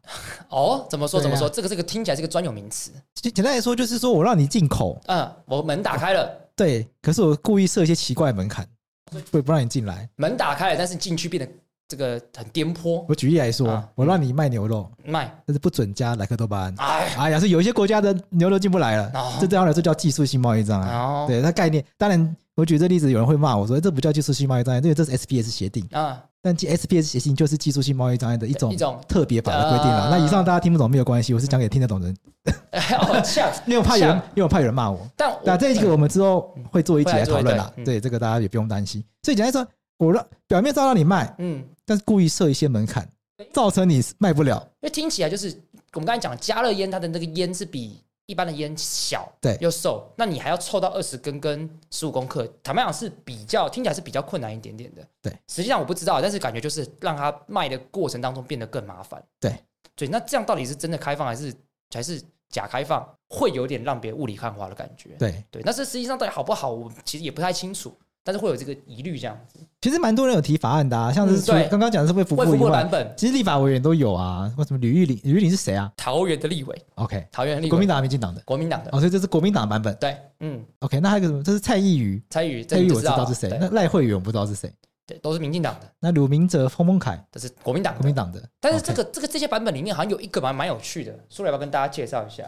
C: 哦，怎么说
B: 对啊
C: 怎么说，这个这个听起来是个专有名词，
B: 就简单来说，就是说我让你进口，
C: 嗯，我门打开了。
B: 对，可是我故意设一些奇怪的门槛，
C: 嗯
B: 不不让你进来。
C: 门打开了，但是进去变得这个很颠簸，
B: 我举例来说
C: 啊，
B: 我让你卖牛肉，
C: 卖，
B: 但是不准加莱克多巴胺。
C: 哎，
B: 哎呀，是有一些国家的牛肉进不来
C: 哦
B: 了，这对他来说叫技术性贸易障碍。
C: 哦，
B: 对它概念，当然我举这例子，有人会骂我说哎这不叫技术性贸易障碍，这个这是 SPS 协定，
C: 啊，
B: 但 G SPS 写信就是技术性贸易障碍的一种
C: 一种
B: 特别法的规定了。
C: 啊
B: 那以上大家听不懂没有关系，我是讲给听得懂 的人，
C: 哦，这样，
B: 因为我怕有人
C: 像，
B: 因为我怕有人骂我。
C: 但我
B: 那这一个我们之后会做一集
C: 会来
B: 来讨论啦
C: 做一，对
B: 对这个大家也不用担心。所以简单说，我让表面照让你卖，
C: 嗯，因
B: 但是故意设一些门槛，造成你卖不了。
C: 为听起来就是我们刚才讲的加热烟，它的那个烟是比一般的烟小，
B: 对
C: 又瘦，那你还要凑到二十根跟十五公克，坦白讲是比较听起来是比较困难一点点的。
B: 对，
C: 实际上我不知道，但是感觉就是让它卖的过程当中变得更麻烦。
B: 对，
C: 对，那这样到底是真的开放还是还是假开放，会有点让别人雾里看花的感觉。
B: 对，
C: 对，那这实际上到底好不好，我其实也不太清楚，但是会有这个疑虑，这样
B: 其实蛮多人有提法案的、啊，像是
C: 嗯
B: 除
C: 对
B: 刚刚讲的是卫福
C: 未
B: 部
C: 服
B: 以
C: 过
B: 外
C: 版，本，
B: 其实立法委员都有啊，什么吕玉玲，吕玉玲是谁啊
C: 桃园的立委，
B: ？OK，
C: 桃园的立委，
B: 国民党、民进党的。
C: 国民党的，
B: 哦，所以这是国民党版本。
C: 对，嗯，
B: OK，那还有一个什么？这是蔡依瑜，
C: 蔡宇，
B: 蔡
C: 这
B: 依
C: 你
B: 瑜
C: 就
B: 我知道
C: 了
B: 是谁
C: 对，
B: 那赖慧媛我不知道是谁。
C: 对，都是民进党的，
B: 那鲁明哲、洪孟凯，
C: 这是国民党的，
B: 国民党的。
C: 但是这
B: OK
C: 个这个这些版本里面好像有一个蛮蛮有趣
D: 啊
C: 的，苏磊要不要跟大家介绍一下，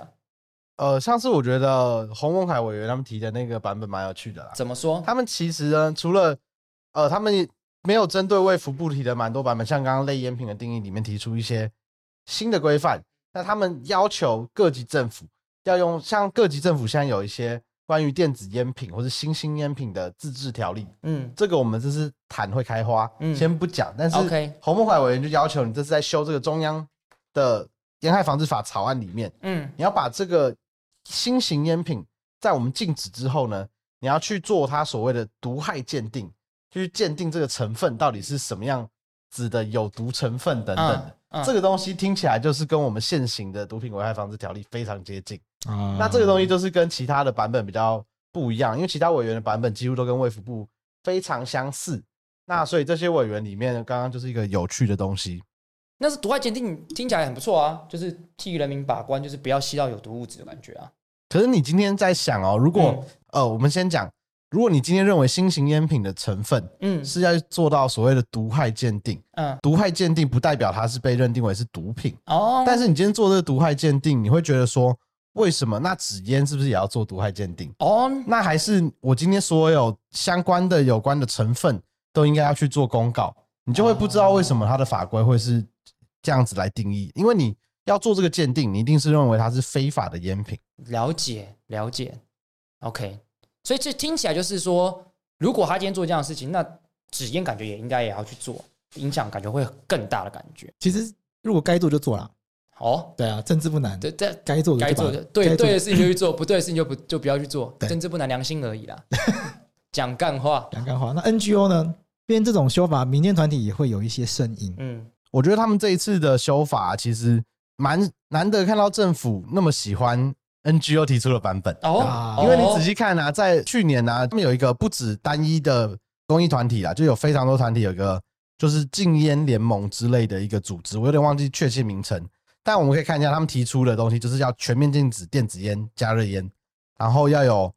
D: 呃，上次我觉得洪文凯委员他们提的那个版本蛮有趣的啦。
C: 怎么说？
D: 他们其实呢，除了呃，他们没有针对卫福部提的蛮多版本，像刚刚类烟品的定义里面提出一些新的规范。那他们要求各级政府要用，像各级政府现在有一些关于电子烟品或是新兴烟品的自治条例，
C: 嗯，
D: 这个我们这是谈会开花，
C: 嗯
D: 先不讲。但是
C: OK
D: 洪孟凯委员就要求你这是在修这个中央的烟害防治法草案里面，
C: 嗯，
D: 你要把这个新型烟品在我们禁止之后呢，你要去做它所谓的毒害鉴定，去鉴定这个成分到底是什么样子的有毒成分等等的。
C: 嗯嗯
D: 这个东西听起来就是跟我们现行的毒品危害防治条例非常接近。
C: 嗯
B: 啊
D: 那这个东西就是跟其他的版本比较不一样，因为其他委员的版本几乎都跟卫福部非常相似。那所以这些委员里面，刚刚就是一个有趣的东西。
C: 那是毒害鉴定，听起来很不错啊，就是替人民把关，就是不要吸到有毒物质的感觉啊。
D: 可是你今天在想哦，如果、呃，我们先讲，如果你今天认为新型烟品的成分
C: 嗯
D: 是要做到所谓的毒害鉴定，
C: 嗯，
D: 毒害鉴定不代表它是被认定为是毒品，
C: 哦，
D: 但是你今天做这个毒害鉴定，你会觉得说，为什么那纸烟是不是也要做毒害鉴定？
C: 哦，
D: 那还是我今天所有相关的有关的成分都应该要去做公告，你就会不知道为什么它的法规会是这样子来定义，因为你要做这个鉴定，你一定是认为它是非法的烟品。
C: 了解了解，OK。所以这听起来就是说，如果他今天做这样的事情，那纸烟感觉也应该也要去做，影响感觉会更大的感觉。
B: 其实如果该做就做了，
C: 哦，
B: 对啊，政治不难，
C: 这这
B: 该做的
C: 该
B: 就把
C: 做的对
B: 该做
C: 对的事情就去做，不对的事情就不就不要去 做，
B: 对
C: 政治不难良心而已啦。 讲干话，
B: 讲干话。那 NGO 呢？变这种修法，民间团体也会有一些声音。
C: 嗯
D: 我觉得他们这一次的修法其实蛮难得看到政府那么喜欢 NGO 提出的版本，
C: 哦
B: 啊，
C: 哦
D: 因为你仔细看啊，在去年啊，他们有一个不止单一的公益团体啊啦，就有非常多团体有一个就是禁烟联盟之类的一个组织，我有点忘记确切名称，但我们可以看一下他们提出的东西，就是要全面禁止电子烟、加热烟，然后要有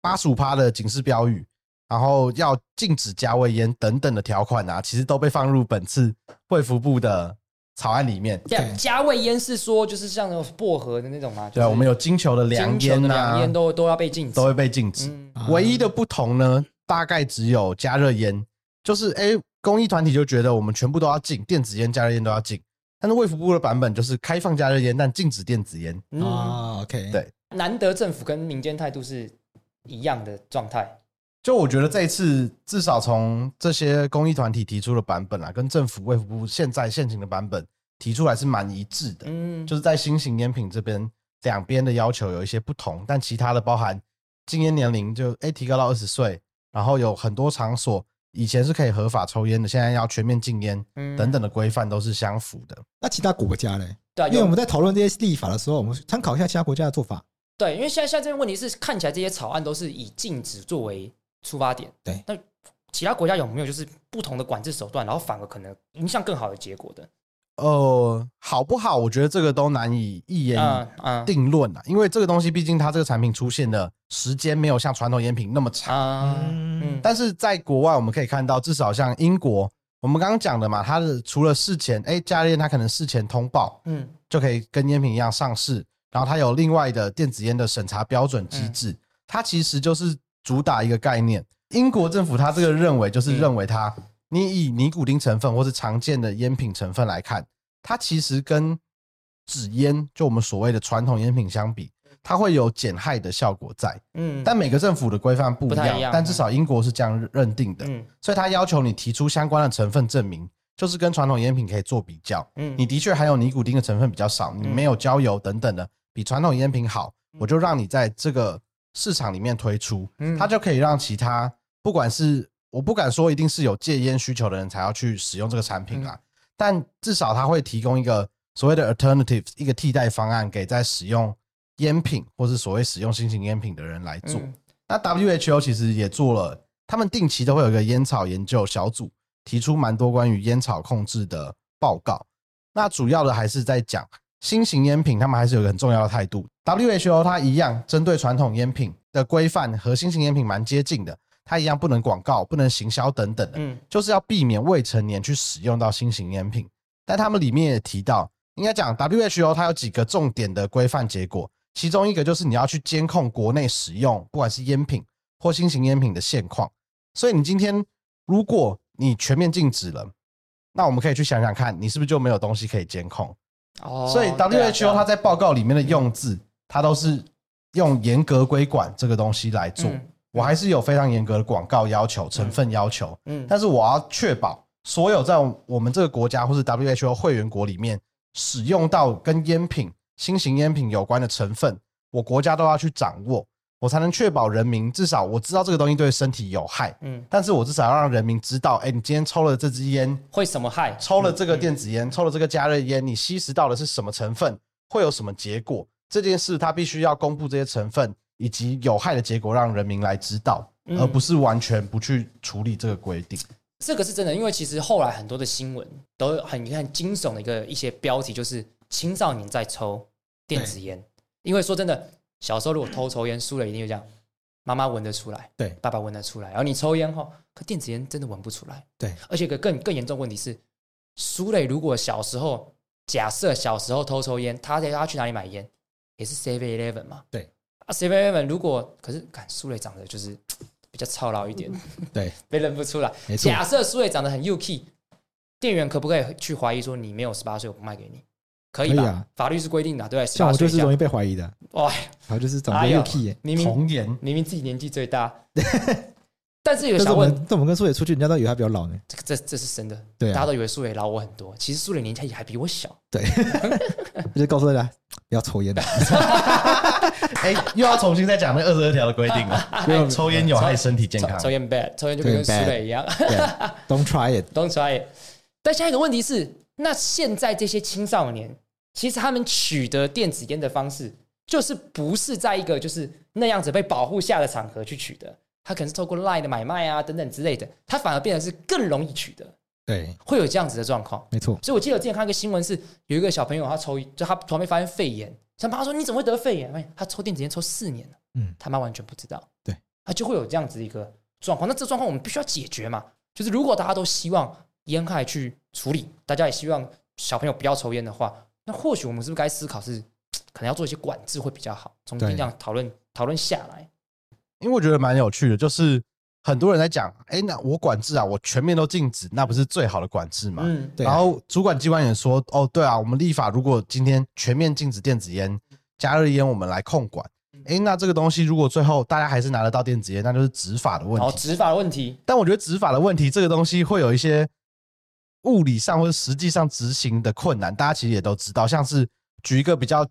D: 八十五趴的警示标语，然后要禁止加味烟等等的条款啊，其实都被放入本次卫福部的草案里面。
C: 这样加味烟是说就是像那种薄荷的那种嘛，就
D: 对啊，
C: 是
D: 我们有金球的
C: 金
D: 凉
C: 球的
D: 烟
C: 凉
D: 啊，
C: 烟都都要被禁止，
D: 都会被禁止。
C: 嗯
B: 啊
D: 唯一的不同呢，大概只有加热烟，就是哎，公益团体就觉得我们全部都要禁，电子烟、加热烟都要禁。但是卫福部的版本就是开放加热烟，但禁止电子烟。
C: 嗯，
B: 啊，OK，
D: 对
C: 难得政府跟民间态度是一样的状态。
D: 就我觉得这一次，至少从这些公益团体提出的版本啊，跟政府卫福部现在现行的版本提出来是蛮一致的。
C: 嗯，
D: 就是在新型烟品这边，两边的要求有一些不同，但其他的包含禁烟年龄就哎提高到二十岁，然后有很多场所以前是可以合法抽烟的，现在要全面禁烟
C: 嗯
D: 等等的规范都是相符的。
B: 那其他国家嘞？
C: 对啊，
B: 因为
C: 有
B: 我们在讨论这些立法的时候，我们参考一下其他国家的做法。
C: 对，因为现在现在这边问题是，看起来这些草案都是以禁止作为出发点。
B: 对
C: 那其他国家有没有就是不同的管制手段，然后反而可能影响更好的结果的？
D: 呃，好不好？我觉得这个都难以一言
C: 嗯
D: 以
C: 嗯
D: 定论啊，因为这个东西毕竟它这个产品出现的时间没有像传统烟品那么长。
C: 啊
B: 嗯
C: 嗯，
D: 但是在国外，我们可以看到，至少像英国，我们刚刚讲的嘛，它的除了事前，哎，加热烟它可能事前通报，
C: 嗯
D: 就可以跟烟品一样上市。然后它有另外的电子烟的审查标准
C: 嗯
D: 机制，
C: 嗯
D: 它其实就是主打一个概念。英国政府它这个认为就是认为它，你以尼古丁成分或是常见的烟品成分来看，它其实跟纸烟，就我们所谓的传统烟品相比，它会有减害的效果在。
C: 嗯，
D: 但每个政府的规范不一
C: 不太
D: 样，
C: 一样
D: 但至少英国是这样认定的，
C: 嗯
D: 所以它要求你提出相关的成分证明，就是跟传统烟品可以做比较。
C: 嗯
D: 你的确含有尼古丁的成分比较少，你
C: 嗯
D: 没有焦油等等的，比传统烟品好，我就让你在这个市场里面推出，
C: 嗯
D: 它就可以让其他不管是我不敢说一定是有戒烟需求的人才要去使用这个产品
C: 嗯
D: 啦，但至少它会提供一个所谓的 alternative 一个替代方案给在使用烟品或是所谓使用新型烟品的人来做。
C: 嗯
D: 那 WHO 其实也做了，他们定期都会有一个烟草研究小组，提出蛮多关于烟草控制的报告。那主要的还是在讲新型烟品，他们还是有一个很重要的态度。WHO 它一样针对传统烟品的规范和新型烟品蛮接近的，它一样不能广告、不能行销等等的，
C: 嗯
D: 就是要避免未成年去使用到新型烟品。但他们里面也提到，应该讲 WHO 它有几个重点的规范结果，其中一个就是你要去监控国内使用不管是烟品或新型烟品的现况。所以你今天如果你全面禁止了，那我们可以去想想看，你是不是就没有东西可以监控？
C: 哦，
D: 所以
C: 对啊
D: WHO 它在报告里面的用字，它都是用严格规管这个东西来做。
C: 嗯
D: 我还是有非常严格的广告要求、成分要求，
C: 嗯
D: 但是我要确保所有在我们这个国家或是 WHO 会员国里面使用到跟烟品、新型烟品有关的成分，我国家都要去掌握，我才能确保人民至少我知道这个东西对身体有害，
C: 嗯
D: 但是我至少要让人民知道，哎、你今天抽了这支烟，
C: 会什么害？嗯
D: 抽了这个电子烟，抽了这个加热烟，你吸食到的是什么成分，会有什么结果？这件事它必须要公布这些成分以及有害的结果，让人民来知道，
C: 嗯
D: 而不是完全不去处理这个规定。
C: 这个是真的，因为其实后来很多的新闻都很很惊悚的一个一些标题，就是青少年在抽电子烟。因为说真的，小时候如果偷抽烟，输了一定就这样，妈妈闻得出来，
B: 对
C: 爸爸闻得出来。然后你抽烟后，可电子烟真的闻不出来。
B: 对，
C: 而且有个更更严重的问题是，苏磊如果小时候假设小时候偷抽烟，他在他去哪里买烟？也是 Seven Eleven 嘛。
B: 对
C: 啊，Seven Eleven 如果可是，看苏磊长得就是比较操劳一点，
B: 对，
C: 被认不出来。
B: 没错，
C: 假设苏伟长得很幼气，店员可不可以去怀疑说你没有十八岁，我不卖给你？可以吧？
B: 可以啊
C: 法律是规定的，对不对？十
B: 像
C: 八
B: 我就
C: 岁啊以
B: 是
C: 下
B: 容，易被怀疑的，
C: 哇，
B: 然后就是长
C: 哎
B: 得
C: 呦
B: 又 key 耶。
C: 明明
D: 红颜
C: 明明自己年纪 最大，但是有
B: 但是
C: 想
B: 我
C: 问
B: 们，但我们跟苏野出去，人家都以为他比较老呢。
C: 这个这这是真的，
B: 对
C: 大家
B: 啊，
C: 都以为苏伟老我很多，其实苏伟年纪还比我小。
B: 就是告诉大家不要抽烟的，
D: 哎、又要重新再讲那二十二条的规 定了。哎
B: 不要
D: 啊抽烟有害身体健
C: 哎抽
D: 康，
C: 抽烟 bad，抽烟就跟
B: 对
C: 苏
B: bad
C: 伟一样
B: 对，Don't try it。
C: ，don't try it。但下一个问题是，那现在这些青少年，其实他们取得电子烟的方式，就是不是在一个就是那样子被保护下的场合去取得，他可能是透过 Line 的买卖啊等等之类的，他反而变得是更容易取得，
B: 对，
C: 会有这样子的状况。
B: 没错，
C: 所以我记得我之前看一个新闻是，有一个小朋友他抽，就他突然被发现肺炎，他妈说你怎么会得肺炎？发现他抽电子烟抽四年了，
B: 嗯
C: 他妈完全不知道，
B: 对，
C: 他就会有这样子一个状况。那这状况我们必须要解决嘛，就是如果大家都希望烟害去处理，大家也希望小朋友不要抽烟的话，那或许我们是不是该思考是可能要做一些管制会比较好？从这
B: 对
C: 样讨论讨论下来，
D: 因为我觉得蛮有趣的，就是很多人在讲，哎、那我管制啊，我全面都禁止，那不是最好的管制吗？
C: 嗯，
B: 对啊
D: 然后主管机关也说，哦，对啊，我们立法如果今天全面禁止电子烟、加热烟，我们来控管。
C: 嗯
D: 哎、那这个东西如果最后大家还是拿得到电子烟，那就是执法的问
C: 然后
D: 题。
C: 执法的问题，
D: 但我觉得执法的问题，这个东西会有一些物理上或者实际上执行的困难，大家其实也都知道。像是举一个比较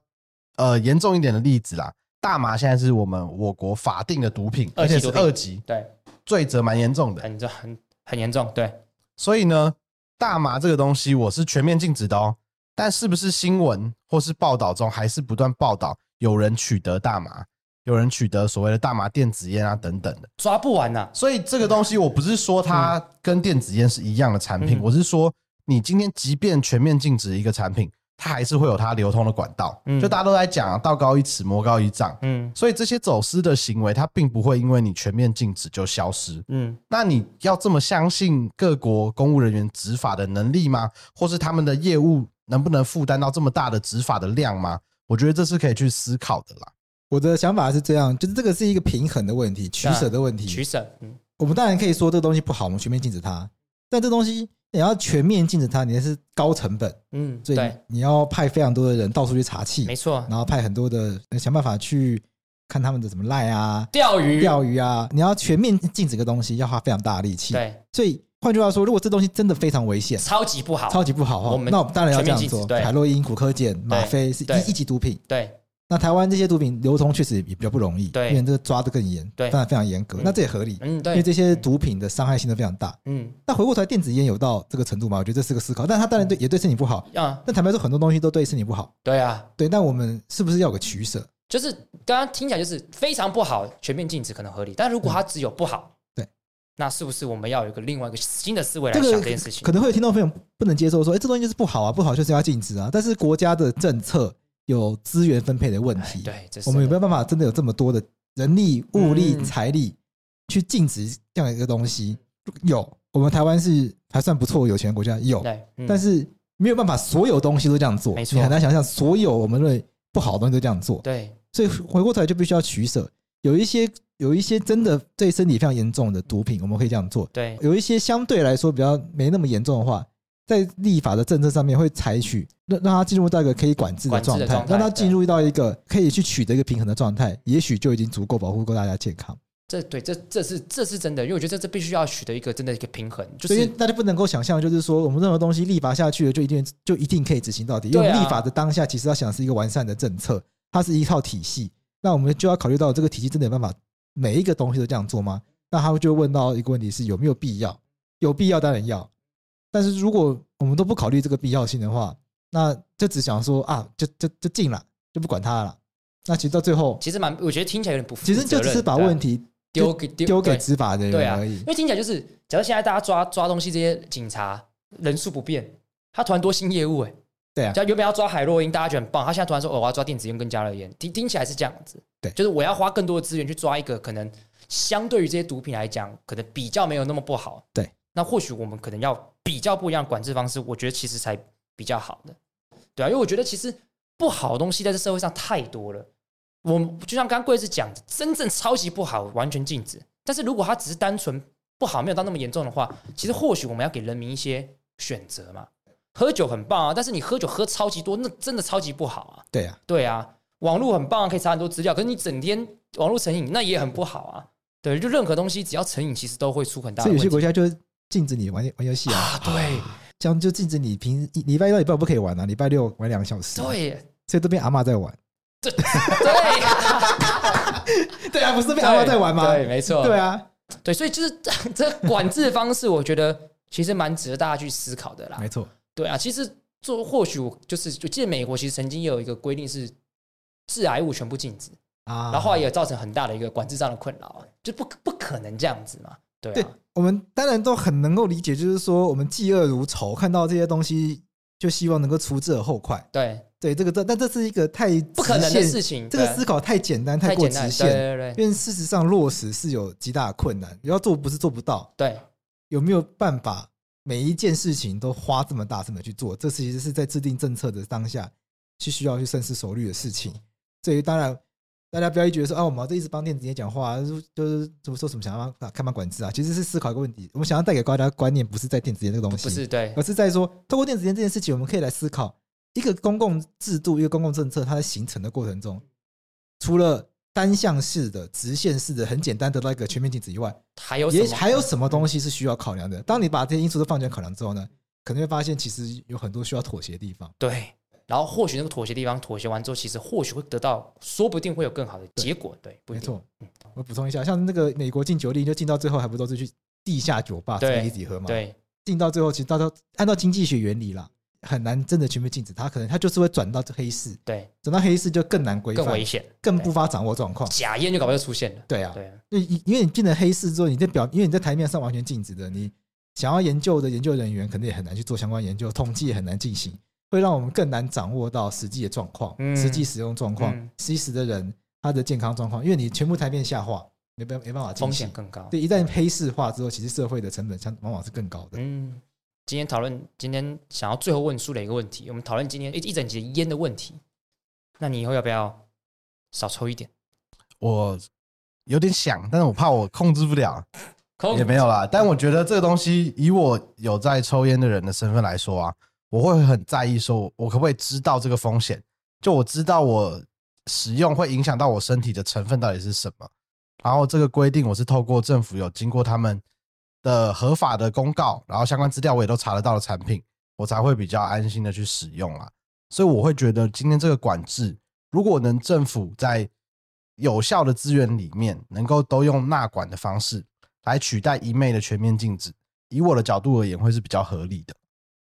D: 呃严重一点的例子啦，大麻现在是我们我国法定的毒品，
C: 二
D: 而
C: 级
D: 且
C: 毒
D: 是
C: 品
D: 二级，
C: 对，
D: 罪责蛮严重的。
C: 很重很很严重，对，
D: 所以呢，大麻这个东西我是全面禁止的哦。但是不是新闻或是报道中还是不断报道有人取得大麻，有人取得所谓的大麻电子烟啊等等的？
C: 抓不完呐、
D: 所以这个东西我不是说它跟电子烟是一样的产品，
C: 嗯
D: 我是说你今天即便全面禁止一个产品，它还是会有它流通的管道。
C: 嗯
D: 就大家都在讲、啊、道高一尺，魔高一丈。
C: 嗯
D: 所以这些走私的行为，它并不会因为你全面禁止就消失。
C: 嗯。
D: 那你要这么相信各国公务人员执法的能力吗？或是他们的业务能不能负担到这么大的执法的量吗？我觉得这是可以去思考的啦。
B: 我的想法是这样，就是这个是一个平衡的问题，取舍的问题。
C: 啊取舍，嗯
B: 我们当然可以说这个东西不好，我们全面禁止它，但这东西你要全面禁止它，你是高成本，
C: 嗯，
B: 所以
C: 对，
B: 你要派非常多的人到处去查气
C: 没，错，
B: 然后派很多的呃想办法去看他们的什么赖啊、
C: 钓鱼，
B: 钓鱼啊，你要全面禁止一个东西，要花非常大的力气。
C: 对，
B: 所以换句话说，如果这东西真的非常危险，
C: 超级不好，
B: 超级不好的
C: 我
B: 话，
C: 们
B: 那我们当然要这样
C: 全面禁
B: 做。
C: 止对
B: 海洛因、古柯碱、吗啡是
C: 对
B: 一一级毒品。
C: 对，
B: 那台湾这些毒品流通确实也比较不容易，
C: 对
B: 因为这个抓的更严，
C: 对
B: 当然非常严格。
C: 嗯
B: 那这也合理，
C: 嗯，
B: 因
C: 对，
B: 为这些毒品的伤害性都非常大。
C: 嗯，
B: 那回过头来，电子烟有到这个程度吗？我觉得这是个思考，但它当然对也对身体不好。
C: 嗯啊，
B: 但坦白说，很多东西都对身体不好。
C: 对啊，
B: 对，但我们是不是要有个取舍？
C: 就是刚刚听起来就是非常不好，全面禁止可能合理，但如果它只有不好，
B: 对，
C: 那是不是我们要有一个另外一个新的思维来
B: 这
C: 想
B: 个
C: 这件事情
B: 可？能会有听众朋友不能接受，说：“哎，这东西就是不好啊，不好就是要禁止啊。”但是国家的政策有资源分配的问
C: 哎
B: 题，
C: 对，这是
B: 我们有没有
C: 有
B: 办法真的有这么多的人力、物力、
C: 嗯
B: 财力去禁止这样一个东西？有，我们台湾是还算不错有钱的国家，有，
C: 对？嗯
B: 但是没有办法所有东西都这样做，
C: 没
B: 你
C: 错
B: 很难想象所有我们认为不好的东西都这样做。
C: 对，
B: 所以回过头来就必须要取舍，有一些有一些真的对身体非常严重的毒品，我们可以这样做；
C: 对，
B: 有一些相对来说比较没那么严重的话，在立法的政策上面会采取让让它进入到一个可以管制的
C: 管制
B: 状
C: 的
B: 态
C: 状，态
B: 让它
C: 对
B: 进入到一个可以去取得一个平衡的状态，也许就已经足够保护过大家健康。
C: 这对这这是这是真的，因为我觉得这这必须要取得一个真的一个平衡，就
B: 所以
C: 是
B: 大家不能够想象，就是说我们任何东西立法下去了，就一定就一定可以执行到底。因
C: 对
B: 为
C: 啊
B: 立法的当下，其实要想是一个完善的政策，它是一套体系。那我们就要考虑到这个体系真的有办法每一个东西都这样做吗？那他就问到一个问题是有没有必要？有必要当然要，但是如果我们都不考虑这个必要性的话，那就只想说啊，就就就禁了，就不管它了。那其实到最后，
C: 其实蛮，我觉得听起来有点不负
B: 其实
C: 责任，
B: 就只是把
C: 对啊
B: 问题
C: 丢给丢
B: 丢给
C: 对
B: 执法的
C: 对
B: 人
C: 啊，
B: 而已
C: 因。为听起来就是，假如现在大家抓抓东西，这些警察人数不变，他突然多新业务哎、欸，
B: 对啊
C: 假如原本要抓海洛因，大家觉得很棒，他现在突然说，哦，我要抓电子烟跟加热烟，听听起来是这样子，
B: 对
C: 就是我要花更多的资源去抓一个可能相对于这些毒品来讲，可能比较没有那么不好，
B: 对，
C: 那或许我们可能要比较不一样的管制方式，我觉得其实才比较好的，对啊，因为我觉得其实不好的东西在这社会上太多了。我们就像刚刚贵子讲的，真正超级不好完全禁止，但是如果它只是单纯不好，没有到那么严重的话，其实或许我们要给人民一些选择嘛。喝酒很棒啊，但是你喝酒喝超级多，那真的超级不好啊。
B: 对啊，
C: 对啊，网络很棒啊，可以查很多资料，可是你整天网络成瘾，那也很不好啊。对，就任何东西只要成瘾，其实都会出很大的
B: 所以
C: 问
B: 有些
C: 题
B: 国家就禁止你玩玩游戏啊。
C: 啊。对
B: 这样就禁止你平一礼拜一到礼拜五不可以玩啊，礼拜六玩两个小时，，啊
C: 对
B: 所以都变阿嬷在玩。
C: 对，
B: 对啊，不是变阿嬷在玩吗？
C: 对，没错，
B: 对啊，
C: 对，所以就是 这管制方式，我觉得其实蛮值得大家去思考的啦。
B: 没错，
C: 对啊，其实做或许我就是，我记得美国其实曾经也有一个规定是致癌物全部禁止，
B: 啊
C: 然后后来也造成很大的一个管制上的困扰啊，就不不可能这样子嘛，对啊，
B: 对我们当然都很能够理解，就是说我们嫉恶如仇，看到这些东西就希望能够除之而后快。
C: 对，
B: 对，这个这但这是一个太
C: 不可能
B: 直
C: 的
B: 线
C: 事，情，
B: 这个
C: 对啊
B: 思考太简单，
C: 太
B: 过
C: 简单
B: 直
C: 了，
B: 线。
C: 对对对
B: 因为事实上落实是有极大的困难，要做不是做不到，
C: 对
B: 有没有办法每一件事情都花这么大成本去做？这其实是在制定政策的当下是需要去深思熟虑的事情。所以当然，大家不要一直觉得说啊，我们这一直帮电子烟讲话，啊就是就是怎么说什么想要啊开放管制啊，其实是思考一个问题，我们想要带给大家观念，不是在电子烟这个东西，呃
C: 不是对
B: 而是在说透过电子烟这件事情，我们可以来思考一个公共制度、一个公共政策它在形成的过程中，除了单向式的、直线式的、很简单得到一个全面禁止以外，
C: 还有什
B: 也
C: 么嗯
B: 还有什么东西是需要考量的？当你把这些因素都放进来考量之后呢，可能会发现其实有很多需要妥协的地方。
C: 对，然后或许那个妥协地方妥协完之后，其实或许会得到，说不定会有更好的结果，对，不一
B: 没
C: 定，
B: 错，我补充一下，像那个美国禁酒令，就禁到最后还不都是去地下酒吧
C: 对
B: 跟一起喝嘛？，
C: 对
B: 禁到最后，其实到时候按照经济学原理啦，很难真的全面禁止它，可能它就是会转到黑市，
C: 对，
B: 转到黑市就更难规范，
C: 更危险，
B: 更不发掌握状况。
C: 假烟就搞不好就出现了，
B: 对啊，
C: 对啊。
B: 因为因为你进了黑市之后，你在表，因为你在台面上完全禁止的，你想要研究的研究人员可能也很难去做相关研究，统计也很难进行，会让我们更难掌握到实际的状况、
C: 嗯
B: 实际使用状况
C: 嗯、
B: 吸食的人他的健康状况，因为你全部台面下化，没办没办法进
C: 风
B: 行
C: 险。更高。
B: 对，一旦黑市化之后，其实社会的成本相往往是更高的。
C: 嗯，今天讨论今天想要最后问苏磊一个问题，我们讨论今天一一整集的烟的问题。那你以后要不要少抽一点？
D: 我有点想，但是我怕我控制不了，
C: 空
D: 也没有啦。
C: 嗯
D: 但我觉得这个东西，以我有在抽烟的人的身份来说啊，我会很在意，说我可不可以知道这个风险？就我知道我使用会影响到我身体的成分到底是什么。然后这个规定我是透过政府有经过他们的合法的公告，然后相关资料我也都查得到的产品，我才会比较安心的去使用啦。所以我会觉得今天这个管制，如果能政府在有效的资源里面，能够都用纳管的方式来取代一昧的全面禁止，以我的角度而言，会是比较合理的。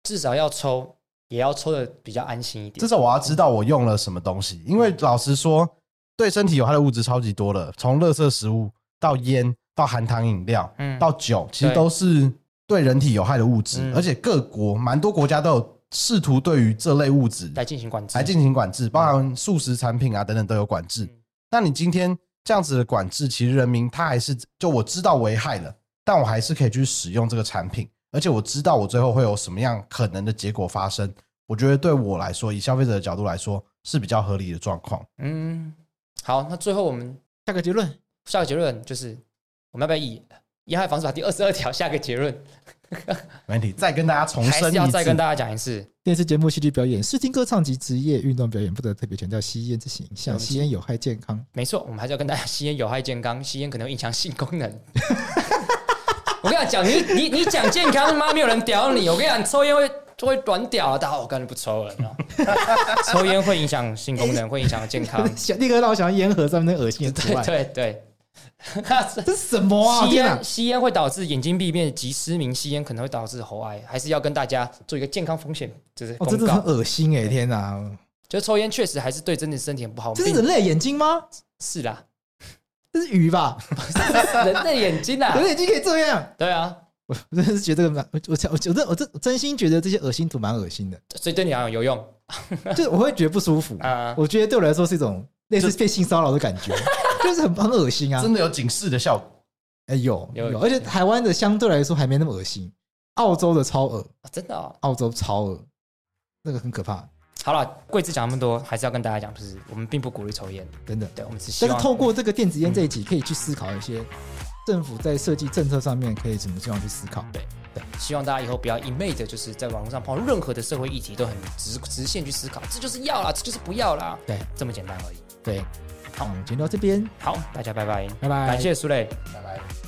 C: 至少要抽，也要抽的比较安心一点。
D: 至少我要知道我用了什么东西，因为老实说，对身体有害的物质超级多了，从垃圾食物到烟到含糖饮料，
C: 嗯
D: 到酒，其实
C: 对
D: 都是对人体有害的物质，
C: 嗯
D: 而且各国蛮多国家都有试图对于这类物质
C: 来进行管制，
D: 来进行管制，包含素食产品啊等等都有管制
C: 嗯。
D: 那你今天这样子的管制，其实人民他还是就我知道危害了，但我还是可以去使用这个产品，而且我知道我最后会有什么样可能的结果发生。我觉得对我来说，以消费者的角度来说是比较合理的状况。
C: 嗯，好，那最后我们
B: 下个结论，
C: 下个结论就是，我们要不要以《沿海防治法》第二十二条下个结论？
D: 没问题，再跟大家重
C: 还
D: 申
C: 是要
D: 一
C: 再跟
D: 次，
C: 大家讲一次，
B: 电视节目、戏剧表演、视听歌唱及职业运动表演，不得特别强调吸烟这些影响，
C: 了解
B: 吸烟有害健康。
C: 没错，我们还是要跟大家吸烟有害健康，吸烟可能会影响性功能。 我跟你讲，你你你讲健康，妈没有人屌你。我跟你讲，抽烟会会短屌啊，大家好我干脆不抽了。你知道吗 抽烟会影响性功能，会影响健 康。
B: 想立刻让我想到烟盒上面那个恶心的图
C: 对
B: 案，
C: 对对，
B: 这是什么啊？
C: 吸
B: 天哪
C: 烟！吸烟会导致眼睛病变及失明，吸烟可能会导致喉癌，还是要跟大家做一个健康风险，就是
B: 哦，
C: 公
B: 真的
C: 告。
B: 很恶心哎！天哪，
C: 就是抽烟确实还是对真的身体很不好，
B: 这是
C: 并
B: 人类的眼睛吗？
C: 是啦，
B: 这是鱼吧？
C: 人的眼睛啊
B: 人，类眼睛可以这样？
C: 对啊，
B: 我我真的是觉得这个蛮，我我我我真我真我真心觉得这些恶心图蛮恶心 的，
C: 所以对你来讲有用
B: 就是我会觉得不舒服。
C: 啊。
B: 我觉得对我来说是一种类似被性骚扰的感 觉，就是很很恶心啊！
D: 真的有警示的效果。
B: 哎、有
C: 有
B: 有，而且台湾的相对来说还没那么恶心，澳洲的超恶，
C: 啊真的哦，
B: 澳洲超恶，那个很可怕，
C: 好了，贵子讲那么多，还是要跟大家讲，就是我们并不鼓励抽烟，
B: 真的。
C: 对我们只希
B: 但是
C: 望嗯
B: 透过这个电子烟这一集，可以去思考一些政府在设计政策上面可以怎么这样去思考。
C: 希望大家以后不要一昧的，就是在网络上碰到任何的社会议题都很直直线去思考，这就是要啦，这就是不要啦，
B: 对
C: 这么简单而已。
B: 对，
C: 好
B: 好，我们今天到这边，
C: 好，大家拜拜，
B: 拜拜
C: 感谢苏磊，
D: 拜拜。